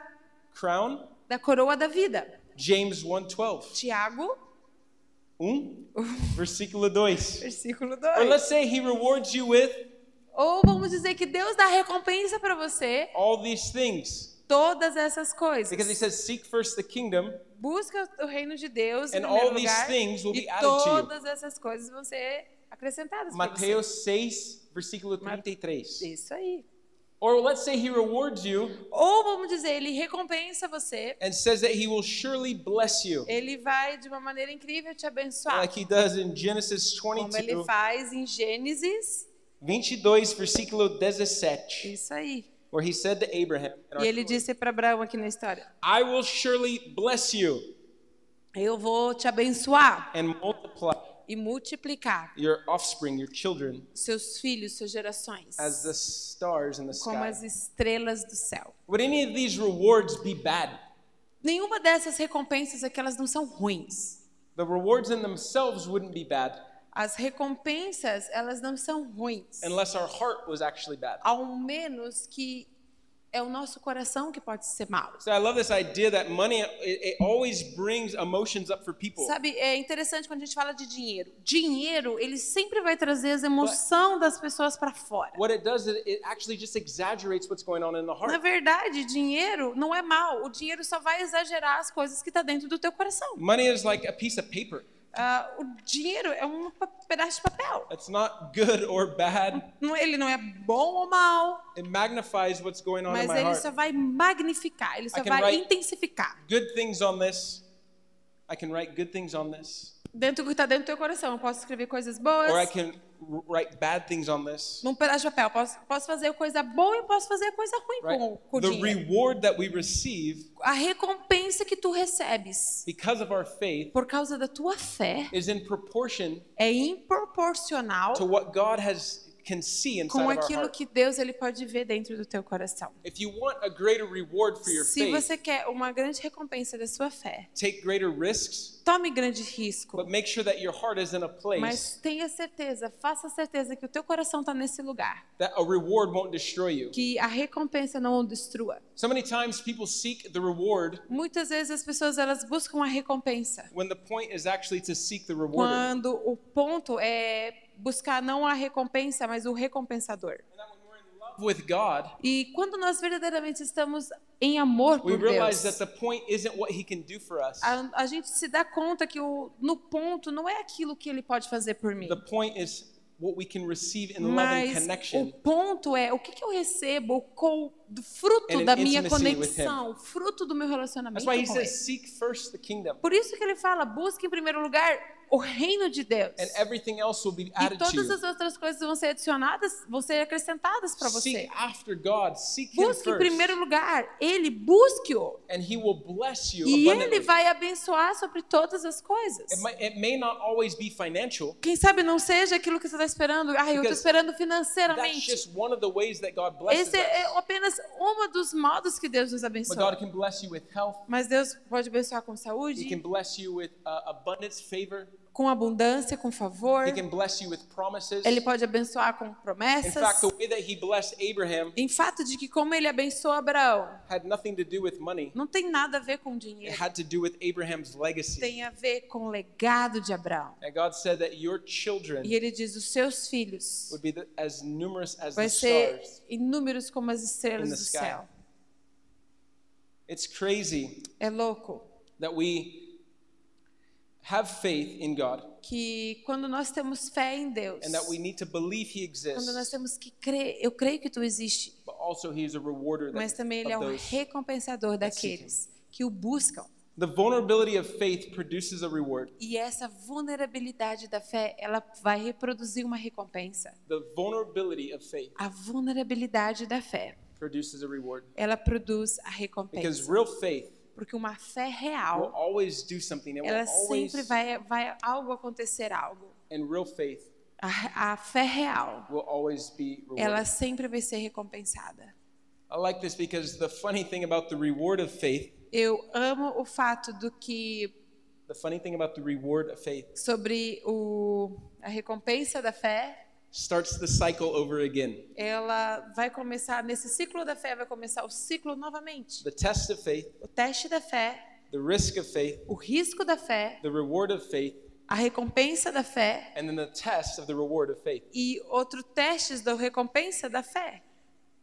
[SPEAKER 1] Crown,
[SPEAKER 2] da coroa da vida.
[SPEAKER 1] James 1:12.
[SPEAKER 2] Tiago,
[SPEAKER 1] 1, versículo 2.
[SPEAKER 2] versículo
[SPEAKER 1] Or
[SPEAKER 2] 2.
[SPEAKER 1] let's say he rewards you with
[SPEAKER 2] Ou vamos dizer que Deus dá recompensa para você
[SPEAKER 1] all these things.
[SPEAKER 2] todas essas
[SPEAKER 1] Because he
[SPEAKER 2] coisas.
[SPEAKER 1] says, Seek first the kingdom,
[SPEAKER 2] Busca o reino de Deus em
[SPEAKER 1] and all
[SPEAKER 2] primeiro
[SPEAKER 1] these
[SPEAKER 2] lugar
[SPEAKER 1] things will
[SPEAKER 2] e
[SPEAKER 1] be added to you.
[SPEAKER 2] todas essas coisas vão ser acrescentadas para você.
[SPEAKER 1] Mateus 6, versículo 33.
[SPEAKER 2] Isso aí.
[SPEAKER 1] Or let's say he rewards you
[SPEAKER 2] Ou vamos dizer, ele recompensa você,
[SPEAKER 1] and says that he will surely bless you,
[SPEAKER 2] ele vai de uma maneira incrível te abençoar.
[SPEAKER 1] like he does in Genesis
[SPEAKER 2] como ele
[SPEAKER 1] 22,
[SPEAKER 2] faz em Gênesis.
[SPEAKER 1] 22, versículo 17,
[SPEAKER 2] Isso aí.
[SPEAKER 1] where he said to Abraham, and
[SPEAKER 2] E
[SPEAKER 1] our
[SPEAKER 2] ele disse para Abraão aqui na história:
[SPEAKER 1] I will surely bless you
[SPEAKER 2] Eu vou te abençoar
[SPEAKER 1] and multiply
[SPEAKER 2] e multiplicar
[SPEAKER 1] your offspring, your children,
[SPEAKER 2] seus filhos, suas gerações,
[SPEAKER 1] as the stars in the
[SPEAKER 2] como
[SPEAKER 1] sky.
[SPEAKER 2] as estrelas do céu.
[SPEAKER 1] Would any of these rewards be bad?
[SPEAKER 2] Nenhuma dessas recompensas é que elas não são ruins.
[SPEAKER 1] The rewards in themselves wouldn't be bad
[SPEAKER 2] As recompensas, elas não são ruins.
[SPEAKER 1] unless our heart was actually bad.
[SPEAKER 2] Ao menos que É o nosso coração que pode ser mau.
[SPEAKER 1] So I love this idea that money it, it always brings emotions up for people.
[SPEAKER 2] Sabe, é interessante quando a gente fala de dinheiro. Dinheiro, ele sempre vai trazer as emoções das pessoas para fora.
[SPEAKER 1] What it does is it actually just exaggerates what's going on in the
[SPEAKER 2] Na
[SPEAKER 1] heart.
[SPEAKER 2] verdade, dinheiro não é mal. O dinheiro só vai exagerar as coisas que está dentro do teu coração.
[SPEAKER 1] Money is like a piece of paper.
[SPEAKER 2] Ah, o dinheiro é um pa- pedaço de papel.
[SPEAKER 1] It's not good or bad.
[SPEAKER 2] Não- Ele não é bom ou mal,
[SPEAKER 1] It magnifies what's going on in
[SPEAKER 2] mas
[SPEAKER 1] my
[SPEAKER 2] ele
[SPEAKER 1] heart.
[SPEAKER 2] só vai magnificar, ele
[SPEAKER 1] I
[SPEAKER 2] só
[SPEAKER 1] can
[SPEAKER 2] vai
[SPEAKER 1] write-
[SPEAKER 2] intensificar
[SPEAKER 1] Good things on this. I can write good things on this,
[SPEAKER 2] dentro do que está dentro do teu coração. Eu posso escrever coisas
[SPEAKER 1] or é I
[SPEAKER 2] boas
[SPEAKER 1] can r- write bad things on this.
[SPEAKER 2] num pedaço de papel. Posso, posso fazer coisa boa e posso fazer coisa ruim
[SPEAKER 1] Right?
[SPEAKER 2] com, com o
[SPEAKER 1] The
[SPEAKER 2] dinheiro.
[SPEAKER 1] reward that we receive
[SPEAKER 2] A recompensa que tu recebes
[SPEAKER 1] because of our faith
[SPEAKER 2] por causa da tua fé
[SPEAKER 1] is in proportion
[SPEAKER 2] é improporcional
[SPEAKER 1] to what God has can see inside
[SPEAKER 2] com
[SPEAKER 1] of our
[SPEAKER 2] aquilo
[SPEAKER 1] heart.
[SPEAKER 2] que Deus ele pode ver dentro do teu coração.
[SPEAKER 1] If you want a greater reward for your
[SPEAKER 2] Se
[SPEAKER 1] faith,
[SPEAKER 2] você quer uma grande recompensa da sua fé,
[SPEAKER 1] take greater risks,
[SPEAKER 2] tome grande risco,
[SPEAKER 1] but make sure that your heart is in a place
[SPEAKER 2] mas tenha certeza, faça certeza que o teu coração está nesse lugar,
[SPEAKER 1] that a reward won't destroy you.
[SPEAKER 2] que a recompensa não o destrua.
[SPEAKER 1] So many times people seek the reward
[SPEAKER 2] Muitas vezes as pessoas elas buscam a recompensa,
[SPEAKER 1] when the point is actually to seek the rewarder.
[SPEAKER 2] quando o ponto é buscar não a recompensa, mas o recompensador.
[SPEAKER 1] And that when we're in love with God,
[SPEAKER 2] E quando nós verdadeiramente estamos em amor
[SPEAKER 1] we
[SPEAKER 2] por
[SPEAKER 1] realize
[SPEAKER 2] Deus,
[SPEAKER 1] that the point isn't what He can do for us.
[SPEAKER 2] a, a gente se dá conta que o, no ponto não é aquilo que ele pode fazer por mim.
[SPEAKER 1] The point is what we can receive in love and
[SPEAKER 2] Mas o
[SPEAKER 1] connection.
[SPEAKER 2] ponto é o que, que eu recebo com, do fruto
[SPEAKER 1] And
[SPEAKER 2] da
[SPEAKER 1] an
[SPEAKER 2] minha
[SPEAKER 1] intimacy with
[SPEAKER 2] conexão, fruto do meu relacionamento
[SPEAKER 1] That's
[SPEAKER 2] com
[SPEAKER 1] why He
[SPEAKER 2] ele.
[SPEAKER 1] says, "Seek first the kingdom,
[SPEAKER 2] Por isso que ele fala, busque em primeiro lugar o reino de Deus.
[SPEAKER 1] and everything else will be
[SPEAKER 2] E
[SPEAKER 1] added to
[SPEAKER 2] todas
[SPEAKER 1] you."
[SPEAKER 2] as outras coisas vão ser adicionadas, vão ser acrescentadas para você.
[SPEAKER 1] Seek after God. Seek Him
[SPEAKER 2] Busque em
[SPEAKER 1] first,
[SPEAKER 2] primeiro lugar ele, busque-o.
[SPEAKER 1] and He will bless you
[SPEAKER 2] E ele
[SPEAKER 1] abundantly.
[SPEAKER 2] vai abençoar sobre todas as coisas.
[SPEAKER 1] It, might, it may not always be financial.
[SPEAKER 2] Quem sabe não seja aquilo que você está esperando. Ah, eu estou
[SPEAKER 1] Because
[SPEAKER 2] esperando
[SPEAKER 1] That's
[SPEAKER 2] financeiramente.
[SPEAKER 1] just one of the ways that God blesses
[SPEAKER 2] Esse é
[SPEAKER 1] us.
[SPEAKER 2] apenas um dos modos que Deus nos
[SPEAKER 1] But
[SPEAKER 2] abençoa.
[SPEAKER 1] God can bless you with health.
[SPEAKER 2] Mas Deus pode abençoar com
[SPEAKER 1] He can
[SPEAKER 2] saúde,
[SPEAKER 1] bless you with uh, abundance, favor.
[SPEAKER 2] com abundância, com favor.
[SPEAKER 1] He can bless you with promises.
[SPEAKER 2] Ele pode abençoar com
[SPEAKER 1] In
[SPEAKER 2] promessas.
[SPEAKER 1] fact, the way that He blessed Abraham
[SPEAKER 2] Em fato de que como ele abençoou Abraão,
[SPEAKER 1] had nothing to do with money.
[SPEAKER 2] não tem nada a ver com
[SPEAKER 1] It
[SPEAKER 2] dinheiro.
[SPEAKER 1] had to do with Abraham's legacy.
[SPEAKER 2] Tem a ver com o legado de Abraão.
[SPEAKER 1] And God said that your children
[SPEAKER 2] E ele diz, os seus filhos
[SPEAKER 1] would be the, as numerous as
[SPEAKER 2] vai
[SPEAKER 1] the
[SPEAKER 2] ser
[SPEAKER 1] stars.
[SPEAKER 2] inúmeros como as estrelas
[SPEAKER 1] in
[SPEAKER 2] do
[SPEAKER 1] the sky.
[SPEAKER 2] céu.
[SPEAKER 1] It's crazy
[SPEAKER 2] É louco
[SPEAKER 1] that we have faith in God
[SPEAKER 2] que quando nós temos fé em Deus,
[SPEAKER 1] and that we need to believe He
[SPEAKER 2] quando nós
[SPEAKER 1] exists,
[SPEAKER 2] temos que crer, eu creio que tu existe,
[SPEAKER 1] but also He is a rewarder
[SPEAKER 2] mas
[SPEAKER 1] that,
[SPEAKER 2] também ele é
[SPEAKER 1] of
[SPEAKER 2] um
[SPEAKER 1] those.
[SPEAKER 2] recompensador daqueles que o buscam.
[SPEAKER 1] The vulnerability of faith produces a reward.
[SPEAKER 2] E essa vulnerabilidade da fé, ela vai reproduzir uma recompensa.
[SPEAKER 1] The vulnerability of faith
[SPEAKER 2] A vulnerabilidade da fé,
[SPEAKER 1] produces a reward.
[SPEAKER 2] ela produz a
[SPEAKER 1] Because
[SPEAKER 2] recompensa.
[SPEAKER 1] real faith
[SPEAKER 2] Porque uma fé
[SPEAKER 1] will
[SPEAKER 2] real,
[SPEAKER 1] always do something. It will
[SPEAKER 2] ela sempre
[SPEAKER 1] always,
[SPEAKER 2] vai, vai algo acontecer algo.
[SPEAKER 1] and real faith
[SPEAKER 2] A, a fé real,
[SPEAKER 1] will always be
[SPEAKER 2] ela
[SPEAKER 1] rewarded.
[SPEAKER 2] sempre vai ser recompensada.
[SPEAKER 1] I like this because the funny thing about the reward of faith,
[SPEAKER 2] Eu amo o fato do que
[SPEAKER 1] the funny thing about the reward of faith
[SPEAKER 2] sobre o, a recompensa da fé,
[SPEAKER 1] starts the cycle over again.
[SPEAKER 2] ela vai começar nesse ciclo da fé, vai começar o ciclo novamente.
[SPEAKER 1] The test of faith,
[SPEAKER 2] O teste da fé,
[SPEAKER 1] the risk of faith,
[SPEAKER 2] o risco da fé,
[SPEAKER 1] the reward of faith,
[SPEAKER 2] a recompensa da fé
[SPEAKER 1] and then the test of the reward of faith.
[SPEAKER 2] e outro testes da recompensa da fé.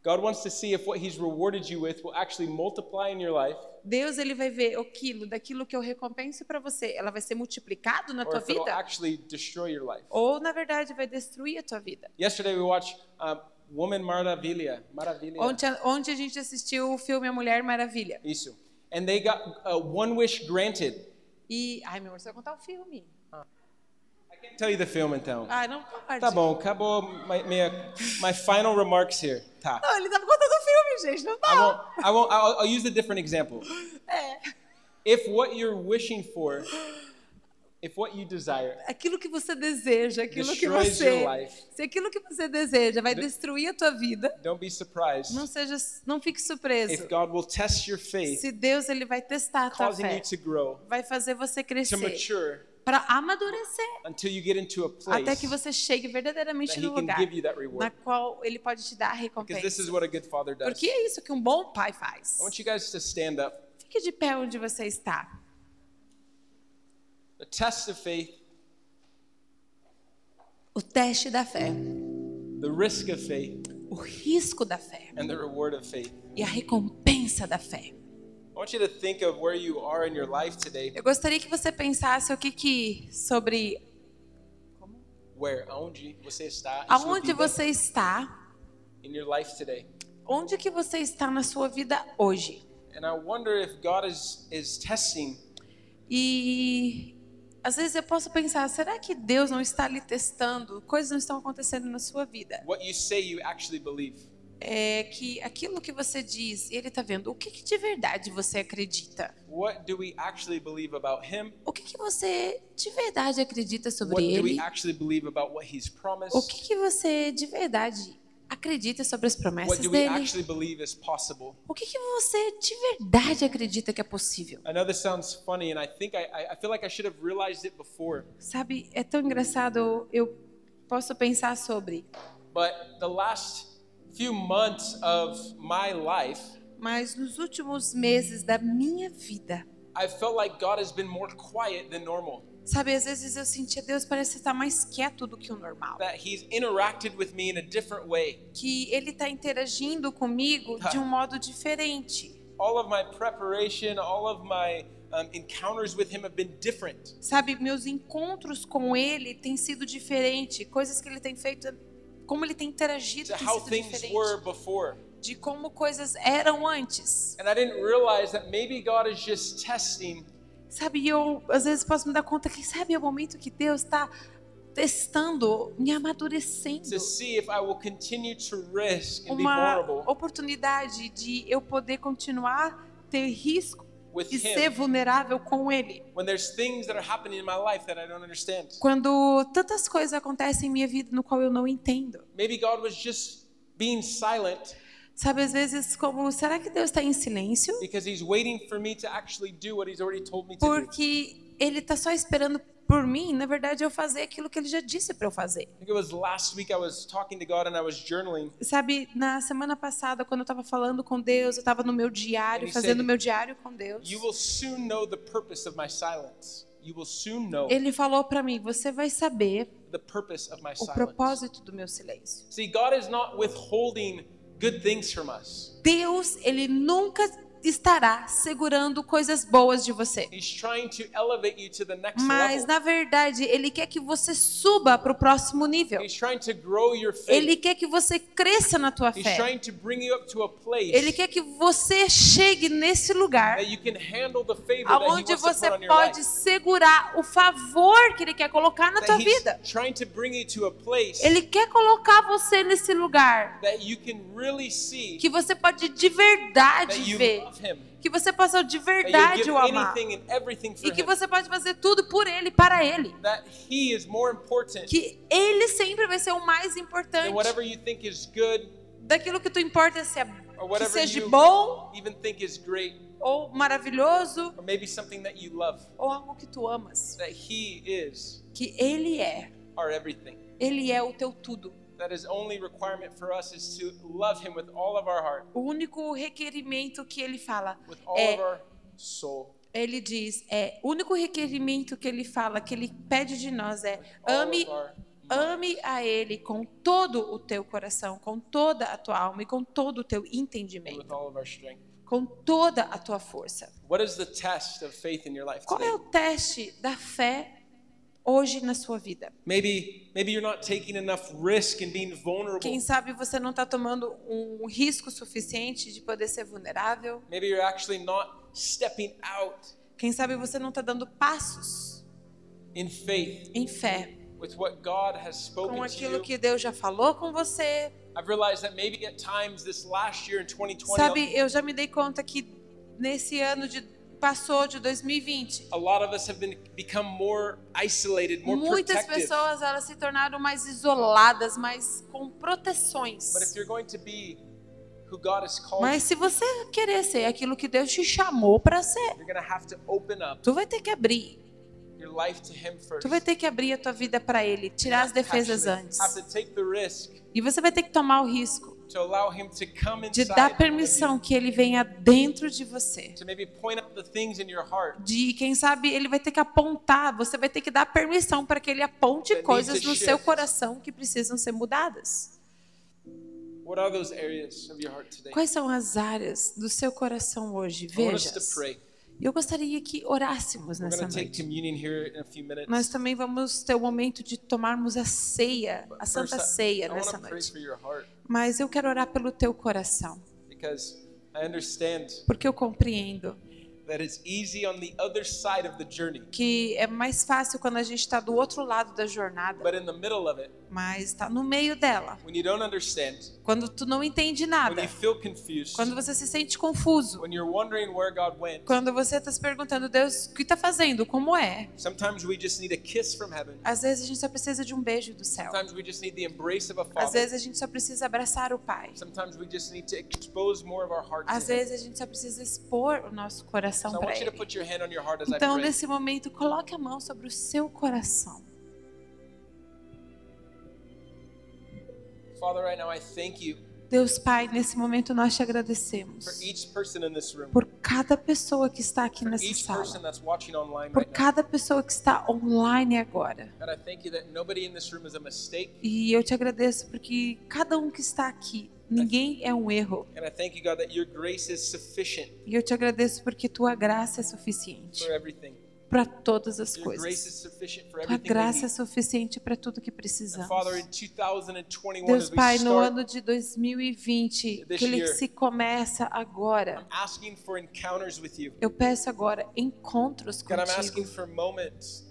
[SPEAKER 1] God wants to see if what He's rewarded you with will actually multiply in your life,
[SPEAKER 2] Deus ele vai ver aquilo, daquilo que eu recompenso para você, ela vai ser multiplicado na
[SPEAKER 1] or
[SPEAKER 2] tua
[SPEAKER 1] if it'll
[SPEAKER 2] vida
[SPEAKER 1] actually destroy your life.
[SPEAKER 2] ou na verdade vai destruir a tua vida.
[SPEAKER 1] Yesterday we watched um, Woman Maravilha. Maravilha.
[SPEAKER 2] Ontem, ontem a gente assistiu o filme A Mulher Maravilha
[SPEAKER 1] Isso. And they got uh, one wish granted.
[SPEAKER 2] e ai meu amor, você vai contar o filme?
[SPEAKER 1] I can't tell you the film então.
[SPEAKER 2] Ai não pode.
[SPEAKER 1] Tá bom, acabou my, minha, my final remarks here. Tá.
[SPEAKER 2] Não, ele tava contando o filme, gente, não
[SPEAKER 1] I won't,
[SPEAKER 2] tá.
[SPEAKER 1] I won't, I'll, I'll use a different example.
[SPEAKER 2] É.
[SPEAKER 1] If what you're wishing for, if what you desire
[SPEAKER 2] Aquilo que você deseja, aquilo que
[SPEAKER 1] Destroys
[SPEAKER 2] você.
[SPEAKER 1] your life.
[SPEAKER 2] Se aquilo que você deseja vai destruir a tua vida,
[SPEAKER 1] Don't be surprised
[SPEAKER 2] não seja, não fique
[SPEAKER 1] if
[SPEAKER 2] surpreso.
[SPEAKER 1] God will test your faith,
[SPEAKER 2] Se Deus ele vai testar a tua
[SPEAKER 1] causing you
[SPEAKER 2] fé,
[SPEAKER 1] to grow,
[SPEAKER 2] vai fazer você
[SPEAKER 1] to
[SPEAKER 2] crescer,
[SPEAKER 1] mature,
[SPEAKER 2] para amadurecer
[SPEAKER 1] until you get into a
[SPEAKER 2] até
[SPEAKER 1] place
[SPEAKER 2] que você chegue
[SPEAKER 1] that
[SPEAKER 2] verdadeiramente
[SPEAKER 1] he
[SPEAKER 2] no
[SPEAKER 1] can
[SPEAKER 2] lugar
[SPEAKER 1] give you that
[SPEAKER 2] na
[SPEAKER 1] reward.
[SPEAKER 2] qual ele pode te dar a
[SPEAKER 1] Because this
[SPEAKER 2] recompensa.
[SPEAKER 1] is what a good father does.
[SPEAKER 2] Porque é isso que um bom pai faz.
[SPEAKER 1] I want you guys to stand up.
[SPEAKER 2] Fique de pé onde você está.
[SPEAKER 1] The test of faith,
[SPEAKER 2] O teste da fé,
[SPEAKER 1] the risk of faith,
[SPEAKER 2] o risco da fé
[SPEAKER 1] and the reward of faith.
[SPEAKER 2] e a recompensa da fé.
[SPEAKER 1] I want you to think of where you are in your life today.
[SPEAKER 2] Eu gostaria que você pensasse o que que sobre
[SPEAKER 1] Where? Aonde você está? em sua
[SPEAKER 2] aonde
[SPEAKER 1] vida,
[SPEAKER 2] você está,
[SPEAKER 1] In your life today.
[SPEAKER 2] onde que você está na sua vida hoje.
[SPEAKER 1] And I wonder if God is, is testing
[SPEAKER 2] E às vezes eu posso pensar, será que Deus não está lhe testando? Coisas não estão acontecendo na sua vida.
[SPEAKER 1] what you say you actually believe.
[SPEAKER 2] É que aquilo que você diz, ele está vendo. O que, que de verdade você acredita?
[SPEAKER 1] What do we actually believe about Him?
[SPEAKER 2] O que, que você de verdade acredita
[SPEAKER 1] What
[SPEAKER 2] sobre
[SPEAKER 1] do we
[SPEAKER 2] ele?
[SPEAKER 1] actually believe about what He's
[SPEAKER 2] O
[SPEAKER 1] promised?
[SPEAKER 2] que, que você de verdade acredita sobre as
[SPEAKER 1] What
[SPEAKER 2] promessas
[SPEAKER 1] do we
[SPEAKER 2] dele?
[SPEAKER 1] actually believe is possible?
[SPEAKER 2] O que, que você de verdade acredita que é possível?
[SPEAKER 1] I know this sounds funny, and I think I, I- I feel like I should have realized it before.
[SPEAKER 2] Sabe, é tão engraçado, eu posso pensar sobre,
[SPEAKER 1] But the last few months of my life,
[SPEAKER 2] mas nos últimos meses da minha vida,
[SPEAKER 1] I felt like God has been more quiet than normal.
[SPEAKER 2] sabe, às vezes eu sentia Deus parece estar mais quieto do que o normal,
[SPEAKER 1] That He's interacted with me in a different way.
[SPEAKER 2] que ele está interagindo comigo
[SPEAKER 1] Tá.
[SPEAKER 2] de um modo diferente.
[SPEAKER 1] All of my preparation, all of my um, encounters with Him have been different.
[SPEAKER 2] Sabe, meus encontros com ele têm sido diferente, coisas que ele tem feito, como ele tem interagido
[SPEAKER 1] to
[SPEAKER 2] tem
[SPEAKER 1] how
[SPEAKER 2] sido
[SPEAKER 1] things
[SPEAKER 2] diferente.
[SPEAKER 1] were before.
[SPEAKER 2] de como coisas eram antes.
[SPEAKER 1] And I didn't realize that maybe God is just testing
[SPEAKER 2] Sabe, e eu às vezes posso me dar conta que, sabe, é o momento que Deus está testando, me amadurecendo.
[SPEAKER 1] to see if I will continue to risk and be
[SPEAKER 2] Uma
[SPEAKER 1] vulnerable
[SPEAKER 2] oportunidade de eu poder continuar ter risco
[SPEAKER 1] with
[SPEAKER 2] e ser
[SPEAKER 1] Him
[SPEAKER 2] vulnerável com Ele.
[SPEAKER 1] when there's things that are happening in my life that I don't understand.
[SPEAKER 2] Quando tantas coisas acontecem em minha vida no qual eu não entendo.
[SPEAKER 1] Maybe God was just being silent
[SPEAKER 2] Sabe, às vezes, como, será que Deus está em silêncio?
[SPEAKER 1] because He's waiting for me to actually do what He's already told me to do.
[SPEAKER 2] Porque Ele está só esperando por mim, na verdade, eu fazer aquilo que Ele já disse para eu fazer.
[SPEAKER 1] I think it was last week I was talking to God and I was journaling.
[SPEAKER 2] Sabe, na semana passada, quando eu tava falando com Deus, eu tava no meu diário,
[SPEAKER 1] Ele
[SPEAKER 2] fazendo
[SPEAKER 1] said,
[SPEAKER 2] meu diário com Deus.
[SPEAKER 1] You will soon know the purpose of my silence. You will soon know
[SPEAKER 2] Ele falou para mim: "Você vai saber
[SPEAKER 1] the purpose of my
[SPEAKER 2] o
[SPEAKER 1] silence.
[SPEAKER 2] propósito do meu silêncio".
[SPEAKER 1] See, God is not withholding good things from us.
[SPEAKER 2] Deus, ele nunca estará segurando coisas boas de você.
[SPEAKER 1] He's trying to elevate you to the next
[SPEAKER 2] Mas
[SPEAKER 1] level.
[SPEAKER 2] na verdade, ele quer que você suba para o próximo nível.
[SPEAKER 1] He's trying to grow your faith.
[SPEAKER 2] Ele quer que você cresça na tua
[SPEAKER 1] He's
[SPEAKER 2] fé.
[SPEAKER 1] trying to bring you up to a place
[SPEAKER 2] Ele quer que você chegue nesse lugar
[SPEAKER 1] that you can handle the favor that he wants
[SPEAKER 2] aonde
[SPEAKER 1] to
[SPEAKER 2] você
[SPEAKER 1] put on your
[SPEAKER 2] pode
[SPEAKER 1] life.
[SPEAKER 2] segurar o favor que ele quer colocar na
[SPEAKER 1] That
[SPEAKER 2] tua
[SPEAKER 1] he's
[SPEAKER 2] vida.
[SPEAKER 1] trying to bring you to a place
[SPEAKER 2] Ele quer colocar você nesse lugar
[SPEAKER 1] that you can really see
[SPEAKER 2] que você pode de
[SPEAKER 1] that
[SPEAKER 2] verdade
[SPEAKER 1] you
[SPEAKER 2] ver,
[SPEAKER 1] love him.
[SPEAKER 2] que você possa
[SPEAKER 1] That
[SPEAKER 2] de
[SPEAKER 1] you
[SPEAKER 2] verdade
[SPEAKER 1] give
[SPEAKER 2] o amar
[SPEAKER 1] anything and everything for
[SPEAKER 2] e que
[SPEAKER 1] him.
[SPEAKER 2] você pode fazer tudo por ele, para ele,
[SPEAKER 1] That he is more important
[SPEAKER 2] que ele sempre vai ser o mais
[SPEAKER 1] than
[SPEAKER 2] importante.
[SPEAKER 1] whatever you think is good
[SPEAKER 2] Daquilo que tu importa se é
[SPEAKER 1] or
[SPEAKER 2] que
[SPEAKER 1] whatever
[SPEAKER 2] seja
[SPEAKER 1] you
[SPEAKER 2] bom
[SPEAKER 1] even think is great
[SPEAKER 2] ou maravilhoso
[SPEAKER 1] or maybe something that you love.
[SPEAKER 2] ou algo que tu amas,
[SPEAKER 1] That he is
[SPEAKER 2] que ele é,
[SPEAKER 1] our everything.
[SPEAKER 2] ele é o teu tudo.
[SPEAKER 1] that his only requirement for us is to love him with all of our heart,
[SPEAKER 2] O único requerimento que ele fala
[SPEAKER 1] with all
[SPEAKER 2] é
[SPEAKER 1] of our soul,
[SPEAKER 2] Ele diz, é, o único requerimento que ele fala, que ele pede de nós é
[SPEAKER 1] all
[SPEAKER 2] ame,
[SPEAKER 1] of our mind.
[SPEAKER 2] ame a ele com todo o teu coração, com toda a tua alma e com todo o teu
[SPEAKER 1] and
[SPEAKER 2] entendimento,
[SPEAKER 1] with all of our strength.
[SPEAKER 2] com toda a tua força.
[SPEAKER 1] What is the test of faith in your life
[SPEAKER 2] Qual
[SPEAKER 1] today?
[SPEAKER 2] é o teste da fé hoje na sua vida?
[SPEAKER 1] Maybe maybe you're not taking enough risk and being
[SPEAKER 2] Quem
[SPEAKER 1] vulnerable.
[SPEAKER 2] sabe você não está tomando um risco suficiente de poder ser vulnerável?
[SPEAKER 1] Maybe you're actually not stepping out
[SPEAKER 2] Quem sabe você não está dando passos
[SPEAKER 1] in faith
[SPEAKER 2] em fé
[SPEAKER 1] with what God has spoken to
[SPEAKER 2] com
[SPEAKER 1] you.
[SPEAKER 2] aquilo que Deus já falou com você,
[SPEAKER 1] I've realized that maybe at times this last year in 2020,
[SPEAKER 2] Sabe, eu já me dei conta que nesse ano de passou de 2020,
[SPEAKER 1] a lot of us have been become more isolated, more
[SPEAKER 2] muitas
[SPEAKER 1] protective.
[SPEAKER 2] pessoas elas se tornaram mais isoladas, mais com proteções.
[SPEAKER 1] But if you're going to be who God has called you
[SPEAKER 2] Mas se você querer ser aquilo que Deus te chamou para ser,
[SPEAKER 1] You're gonna have to open up
[SPEAKER 2] tu vai ter que abrir
[SPEAKER 1] your life to Him first.
[SPEAKER 2] Tu vai ter que abrir a tua vida para Ele, tirar as defesas
[SPEAKER 1] Actually,
[SPEAKER 2] antes.
[SPEAKER 1] Have to take the risk
[SPEAKER 2] E você vai ter que tomar o risco
[SPEAKER 1] to allow Him to come
[SPEAKER 2] de
[SPEAKER 1] inside.
[SPEAKER 2] dar
[SPEAKER 1] of you,
[SPEAKER 2] permissão que Ele venha dentro de você.
[SPEAKER 1] To maybe point out the things in your heart
[SPEAKER 2] De quem sabe ele vai ter que apontar, você vai ter que dar permissão para que ele aponte
[SPEAKER 1] That
[SPEAKER 2] coisas
[SPEAKER 1] needs to
[SPEAKER 2] no seu
[SPEAKER 1] shift.
[SPEAKER 2] coração que precisam ser mudadas.
[SPEAKER 1] What are those areas of your heart today?
[SPEAKER 2] Quais são as áreas do seu coração hoje?
[SPEAKER 1] I want us
[SPEAKER 2] Veja.
[SPEAKER 1] to pray.
[SPEAKER 2] Eu gostaria que orássemos
[SPEAKER 1] We're
[SPEAKER 2] nessa
[SPEAKER 1] going to take
[SPEAKER 2] noite.
[SPEAKER 1] communion here in a few minutes.
[SPEAKER 2] Nós também vamos ter o momento de tomarmos a ceia, a
[SPEAKER 1] First,
[SPEAKER 2] santa
[SPEAKER 1] I-
[SPEAKER 2] ceia
[SPEAKER 1] I
[SPEAKER 2] nessa
[SPEAKER 1] want to pray
[SPEAKER 2] noite.
[SPEAKER 1] for your heart
[SPEAKER 2] Mas eu quero orar pelo teu coração,
[SPEAKER 1] because I understand
[SPEAKER 2] porque eu compreendo
[SPEAKER 1] that it's easy on the other side of the journey,
[SPEAKER 2] que é mais fácil quando a gente está do outro lado da jornada,
[SPEAKER 1] but in the middle of it,
[SPEAKER 2] mas está no meio dela.
[SPEAKER 1] when you don't understand,
[SPEAKER 2] Quando tu não entende
[SPEAKER 1] when
[SPEAKER 2] nada,
[SPEAKER 1] you feel confused,
[SPEAKER 2] quando você se sente confuso,
[SPEAKER 1] when you're wondering where God went,
[SPEAKER 2] quando você está se perguntando, Deus, o que está fazendo? Como é?
[SPEAKER 1] sometimes we just need a kiss from heaven.
[SPEAKER 2] Às vezes a gente só precisa de um beijo do céu.
[SPEAKER 1] Sometimes we just need the embrace of a
[SPEAKER 2] Às
[SPEAKER 1] father.
[SPEAKER 2] vezes a gente só precisa abraçar o Pai.
[SPEAKER 1] Sometimes we just need to expose more of our heart
[SPEAKER 2] Às
[SPEAKER 1] to him.
[SPEAKER 2] vezes a gente só precisa expor o nosso coração
[SPEAKER 1] So I
[SPEAKER 2] para
[SPEAKER 1] want you to
[SPEAKER 2] Ele.
[SPEAKER 1] put your hand on your heart as I
[SPEAKER 2] Então,
[SPEAKER 1] pray.
[SPEAKER 2] nesse momento, coloque a mão sobre o seu coração.
[SPEAKER 1] Father, right now I thank you
[SPEAKER 2] Deus Pai, nesse momento nós te
[SPEAKER 1] for
[SPEAKER 2] agradecemos
[SPEAKER 1] each person in this room.
[SPEAKER 2] por cada pessoa que está aqui nessa
[SPEAKER 1] each person
[SPEAKER 2] sala,
[SPEAKER 1] that's watching online
[SPEAKER 2] por
[SPEAKER 1] right now.
[SPEAKER 2] cada pessoa que está online agora.
[SPEAKER 1] And I thank you that nobody in this room is a mistake.
[SPEAKER 2] E eu te agradeço porque cada um que está aqui, ninguém é um erro.
[SPEAKER 1] And I thank you, God, that your grace is sufficient
[SPEAKER 2] E eu te agradeço porque tua graça é suficiente
[SPEAKER 1] for everything.
[SPEAKER 2] para todas as
[SPEAKER 1] Your grace
[SPEAKER 2] coisas.
[SPEAKER 1] is sufficient for
[SPEAKER 2] Tua
[SPEAKER 1] everything. we
[SPEAKER 2] graça é
[SPEAKER 1] need.
[SPEAKER 2] suficiente para tudo que
[SPEAKER 1] And
[SPEAKER 2] precisamos.
[SPEAKER 1] Father, in 2021,
[SPEAKER 2] Deus
[SPEAKER 1] as we
[SPEAKER 2] Pai, no
[SPEAKER 1] start,
[SPEAKER 2] ano de 2020,
[SPEAKER 1] This
[SPEAKER 2] aquele que
[SPEAKER 1] year.
[SPEAKER 2] se começa agora,
[SPEAKER 1] I'm asking for encounters with you.
[SPEAKER 2] eu peço agora encontros
[SPEAKER 1] God, I'm asking
[SPEAKER 2] contigo.
[SPEAKER 1] for moments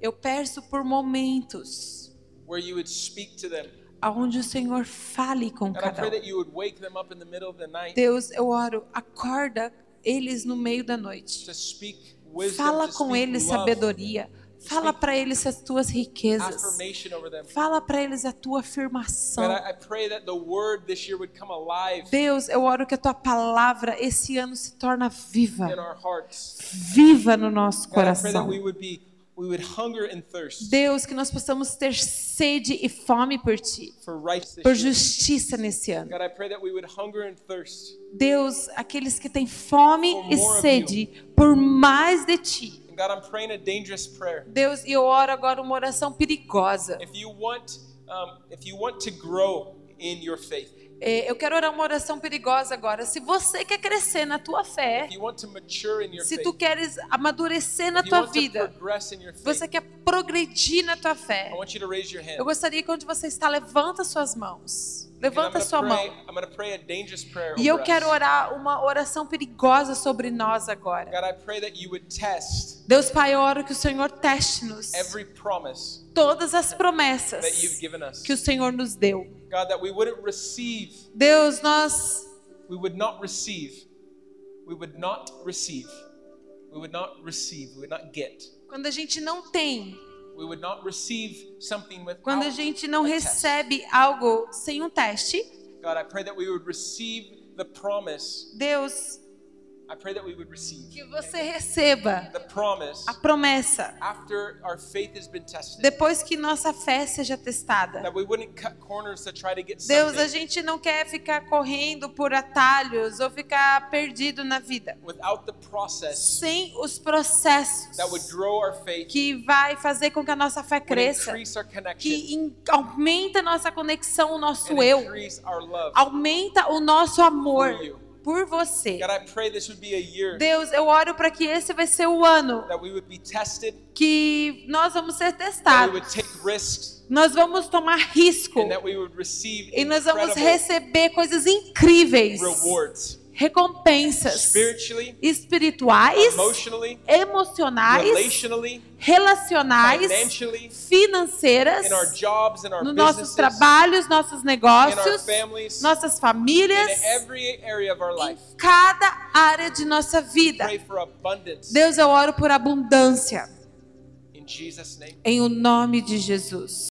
[SPEAKER 2] Eu peço por momentos
[SPEAKER 1] where you would speak to them.
[SPEAKER 2] aonde o Senhor fale com
[SPEAKER 1] And I
[SPEAKER 2] cada
[SPEAKER 1] pray
[SPEAKER 2] um.
[SPEAKER 1] that you would wake them up in the middle of the night
[SPEAKER 2] Deus, eu oro, acorda eles no meio da noite.
[SPEAKER 1] to speak wisdom,
[SPEAKER 2] Fala
[SPEAKER 1] to
[SPEAKER 2] com
[SPEAKER 1] speak
[SPEAKER 2] eles
[SPEAKER 1] love,
[SPEAKER 2] sabedoria. Fala
[SPEAKER 1] Speak
[SPEAKER 2] para eles as tuas riquezas.
[SPEAKER 1] affirmation over them.
[SPEAKER 2] Fala para eles a tua
[SPEAKER 1] God,
[SPEAKER 2] afirmação.
[SPEAKER 1] I, I pray that the word this year would come alive
[SPEAKER 2] Deus, eu oro que a tua palavra esse ano se torna
[SPEAKER 1] in
[SPEAKER 2] viva,
[SPEAKER 1] our hearts.
[SPEAKER 2] viva no
[SPEAKER 1] God,
[SPEAKER 2] nosso
[SPEAKER 1] I pray that
[SPEAKER 2] coração.
[SPEAKER 1] we would be, we would hunger and thirst
[SPEAKER 2] Deus, que nós possamos ter sede e fome por ti,
[SPEAKER 1] for righteousness.
[SPEAKER 2] por justiça nesse ano.
[SPEAKER 1] God, I pray that we would hunger and thirst.
[SPEAKER 2] Deus, aqueles que têm fome
[SPEAKER 1] For
[SPEAKER 2] e
[SPEAKER 1] more of
[SPEAKER 2] sede por mais de ti.
[SPEAKER 1] And God, I'm praying a dangerous prayer.
[SPEAKER 2] Deus, e eu oro agora uma oração perigosa.
[SPEAKER 1] If you want, um, if you want to grow in your faith,
[SPEAKER 2] É, Eu quero orar uma oração perigosa agora. Se você quer crescer na tua fé,
[SPEAKER 1] if you want to mature in your
[SPEAKER 2] se
[SPEAKER 1] faith,
[SPEAKER 2] tu queres amadurecer na
[SPEAKER 1] if you
[SPEAKER 2] tua
[SPEAKER 1] want to
[SPEAKER 2] vida,
[SPEAKER 1] progress Oh, in your faith,
[SPEAKER 2] você quer progredir na tua fé,
[SPEAKER 1] I want you to raise your hand.
[SPEAKER 2] eu gostaria que onde você está, levanta suas mãos.
[SPEAKER 1] And I'm
[SPEAKER 2] Levanta
[SPEAKER 1] gonna
[SPEAKER 2] sua
[SPEAKER 1] pray-
[SPEAKER 2] mão.
[SPEAKER 1] I'm going to pray a dangerous prayer
[SPEAKER 2] E eu
[SPEAKER 1] over
[SPEAKER 2] quero
[SPEAKER 1] us.
[SPEAKER 2] orar uma oração perigosa sobre nós agora.
[SPEAKER 1] God, I pray that you would test
[SPEAKER 2] Deus Pai, eu oro que o Senhor teste-nos
[SPEAKER 1] every promise
[SPEAKER 2] todas as
[SPEAKER 1] that you've
[SPEAKER 2] promessas
[SPEAKER 1] given us.
[SPEAKER 2] que o Senhor nos deu.
[SPEAKER 1] God, that we wouldn't receive,
[SPEAKER 2] Deus, nós
[SPEAKER 1] we would not receive, we would not receive, we would not receive, we would not get,
[SPEAKER 2] quando a gente não tem,
[SPEAKER 1] we would not receive something without
[SPEAKER 2] quando a gente não
[SPEAKER 1] a test.
[SPEAKER 2] recebe algo sem um teste,
[SPEAKER 1] God, I pray that we would receive the promise.
[SPEAKER 2] Deus,
[SPEAKER 1] I pray that we would receive
[SPEAKER 2] que você receba
[SPEAKER 1] the promise
[SPEAKER 2] a promessa
[SPEAKER 1] after our faith has been tested.
[SPEAKER 2] depois que nossa fé seja testada.
[SPEAKER 1] That we wouldn't cut corners to try to get
[SPEAKER 2] Deus, a
[SPEAKER 1] something
[SPEAKER 2] gente não quer ficar correndo por atalhos ou ficar perdido na vida.
[SPEAKER 1] without the process
[SPEAKER 2] sem os processos
[SPEAKER 1] that would grow our faith,
[SPEAKER 2] que vai fazer com que a nossa fé
[SPEAKER 1] would
[SPEAKER 2] cresça,
[SPEAKER 1] increase our connection,
[SPEAKER 2] que in, aumenta a nossa conexão, o nosso
[SPEAKER 1] and
[SPEAKER 2] eu,
[SPEAKER 1] increase our love.
[SPEAKER 2] aumenta o nosso amor
[SPEAKER 1] For you.
[SPEAKER 2] por você.
[SPEAKER 1] God, I pray this would be a year
[SPEAKER 2] Deus, eu oro para que esse vai ser o ano
[SPEAKER 1] that we would be tested,
[SPEAKER 2] que nós vamos ser
[SPEAKER 1] that we
[SPEAKER 2] testados,
[SPEAKER 1] would take risks,
[SPEAKER 2] nós vamos tomar risco
[SPEAKER 1] and that we would receive
[SPEAKER 2] e nós vamos
[SPEAKER 1] incredible
[SPEAKER 2] receber coisas incríveis,
[SPEAKER 1] rewards
[SPEAKER 2] recompensas
[SPEAKER 1] spiritually,
[SPEAKER 2] espirituais,
[SPEAKER 1] emotionally,
[SPEAKER 2] emocionais,
[SPEAKER 1] relationally,
[SPEAKER 2] relacionais,
[SPEAKER 1] financially,
[SPEAKER 2] financeiras,
[SPEAKER 1] in our jobs, in our
[SPEAKER 2] nos
[SPEAKER 1] businesses,
[SPEAKER 2] nossos trabalhos, nossos
[SPEAKER 1] in our
[SPEAKER 2] negócios,
[SPEAKER 1] families,
[SPEAKER 2] nossas
[SPEAKER 1] in
[SPEAKER 2] famílias,
[SPEAKER 1] every area of our life.
[SPEAKER 2] em cada área de nossa vida.
[SPEAKER 1] Pray for abundance
[SPEAKER 2] Deus, eu oro por abundância
[SPEAKER 1] in Jesus' name.
[SPEAKER 2] em o nome de Jesus.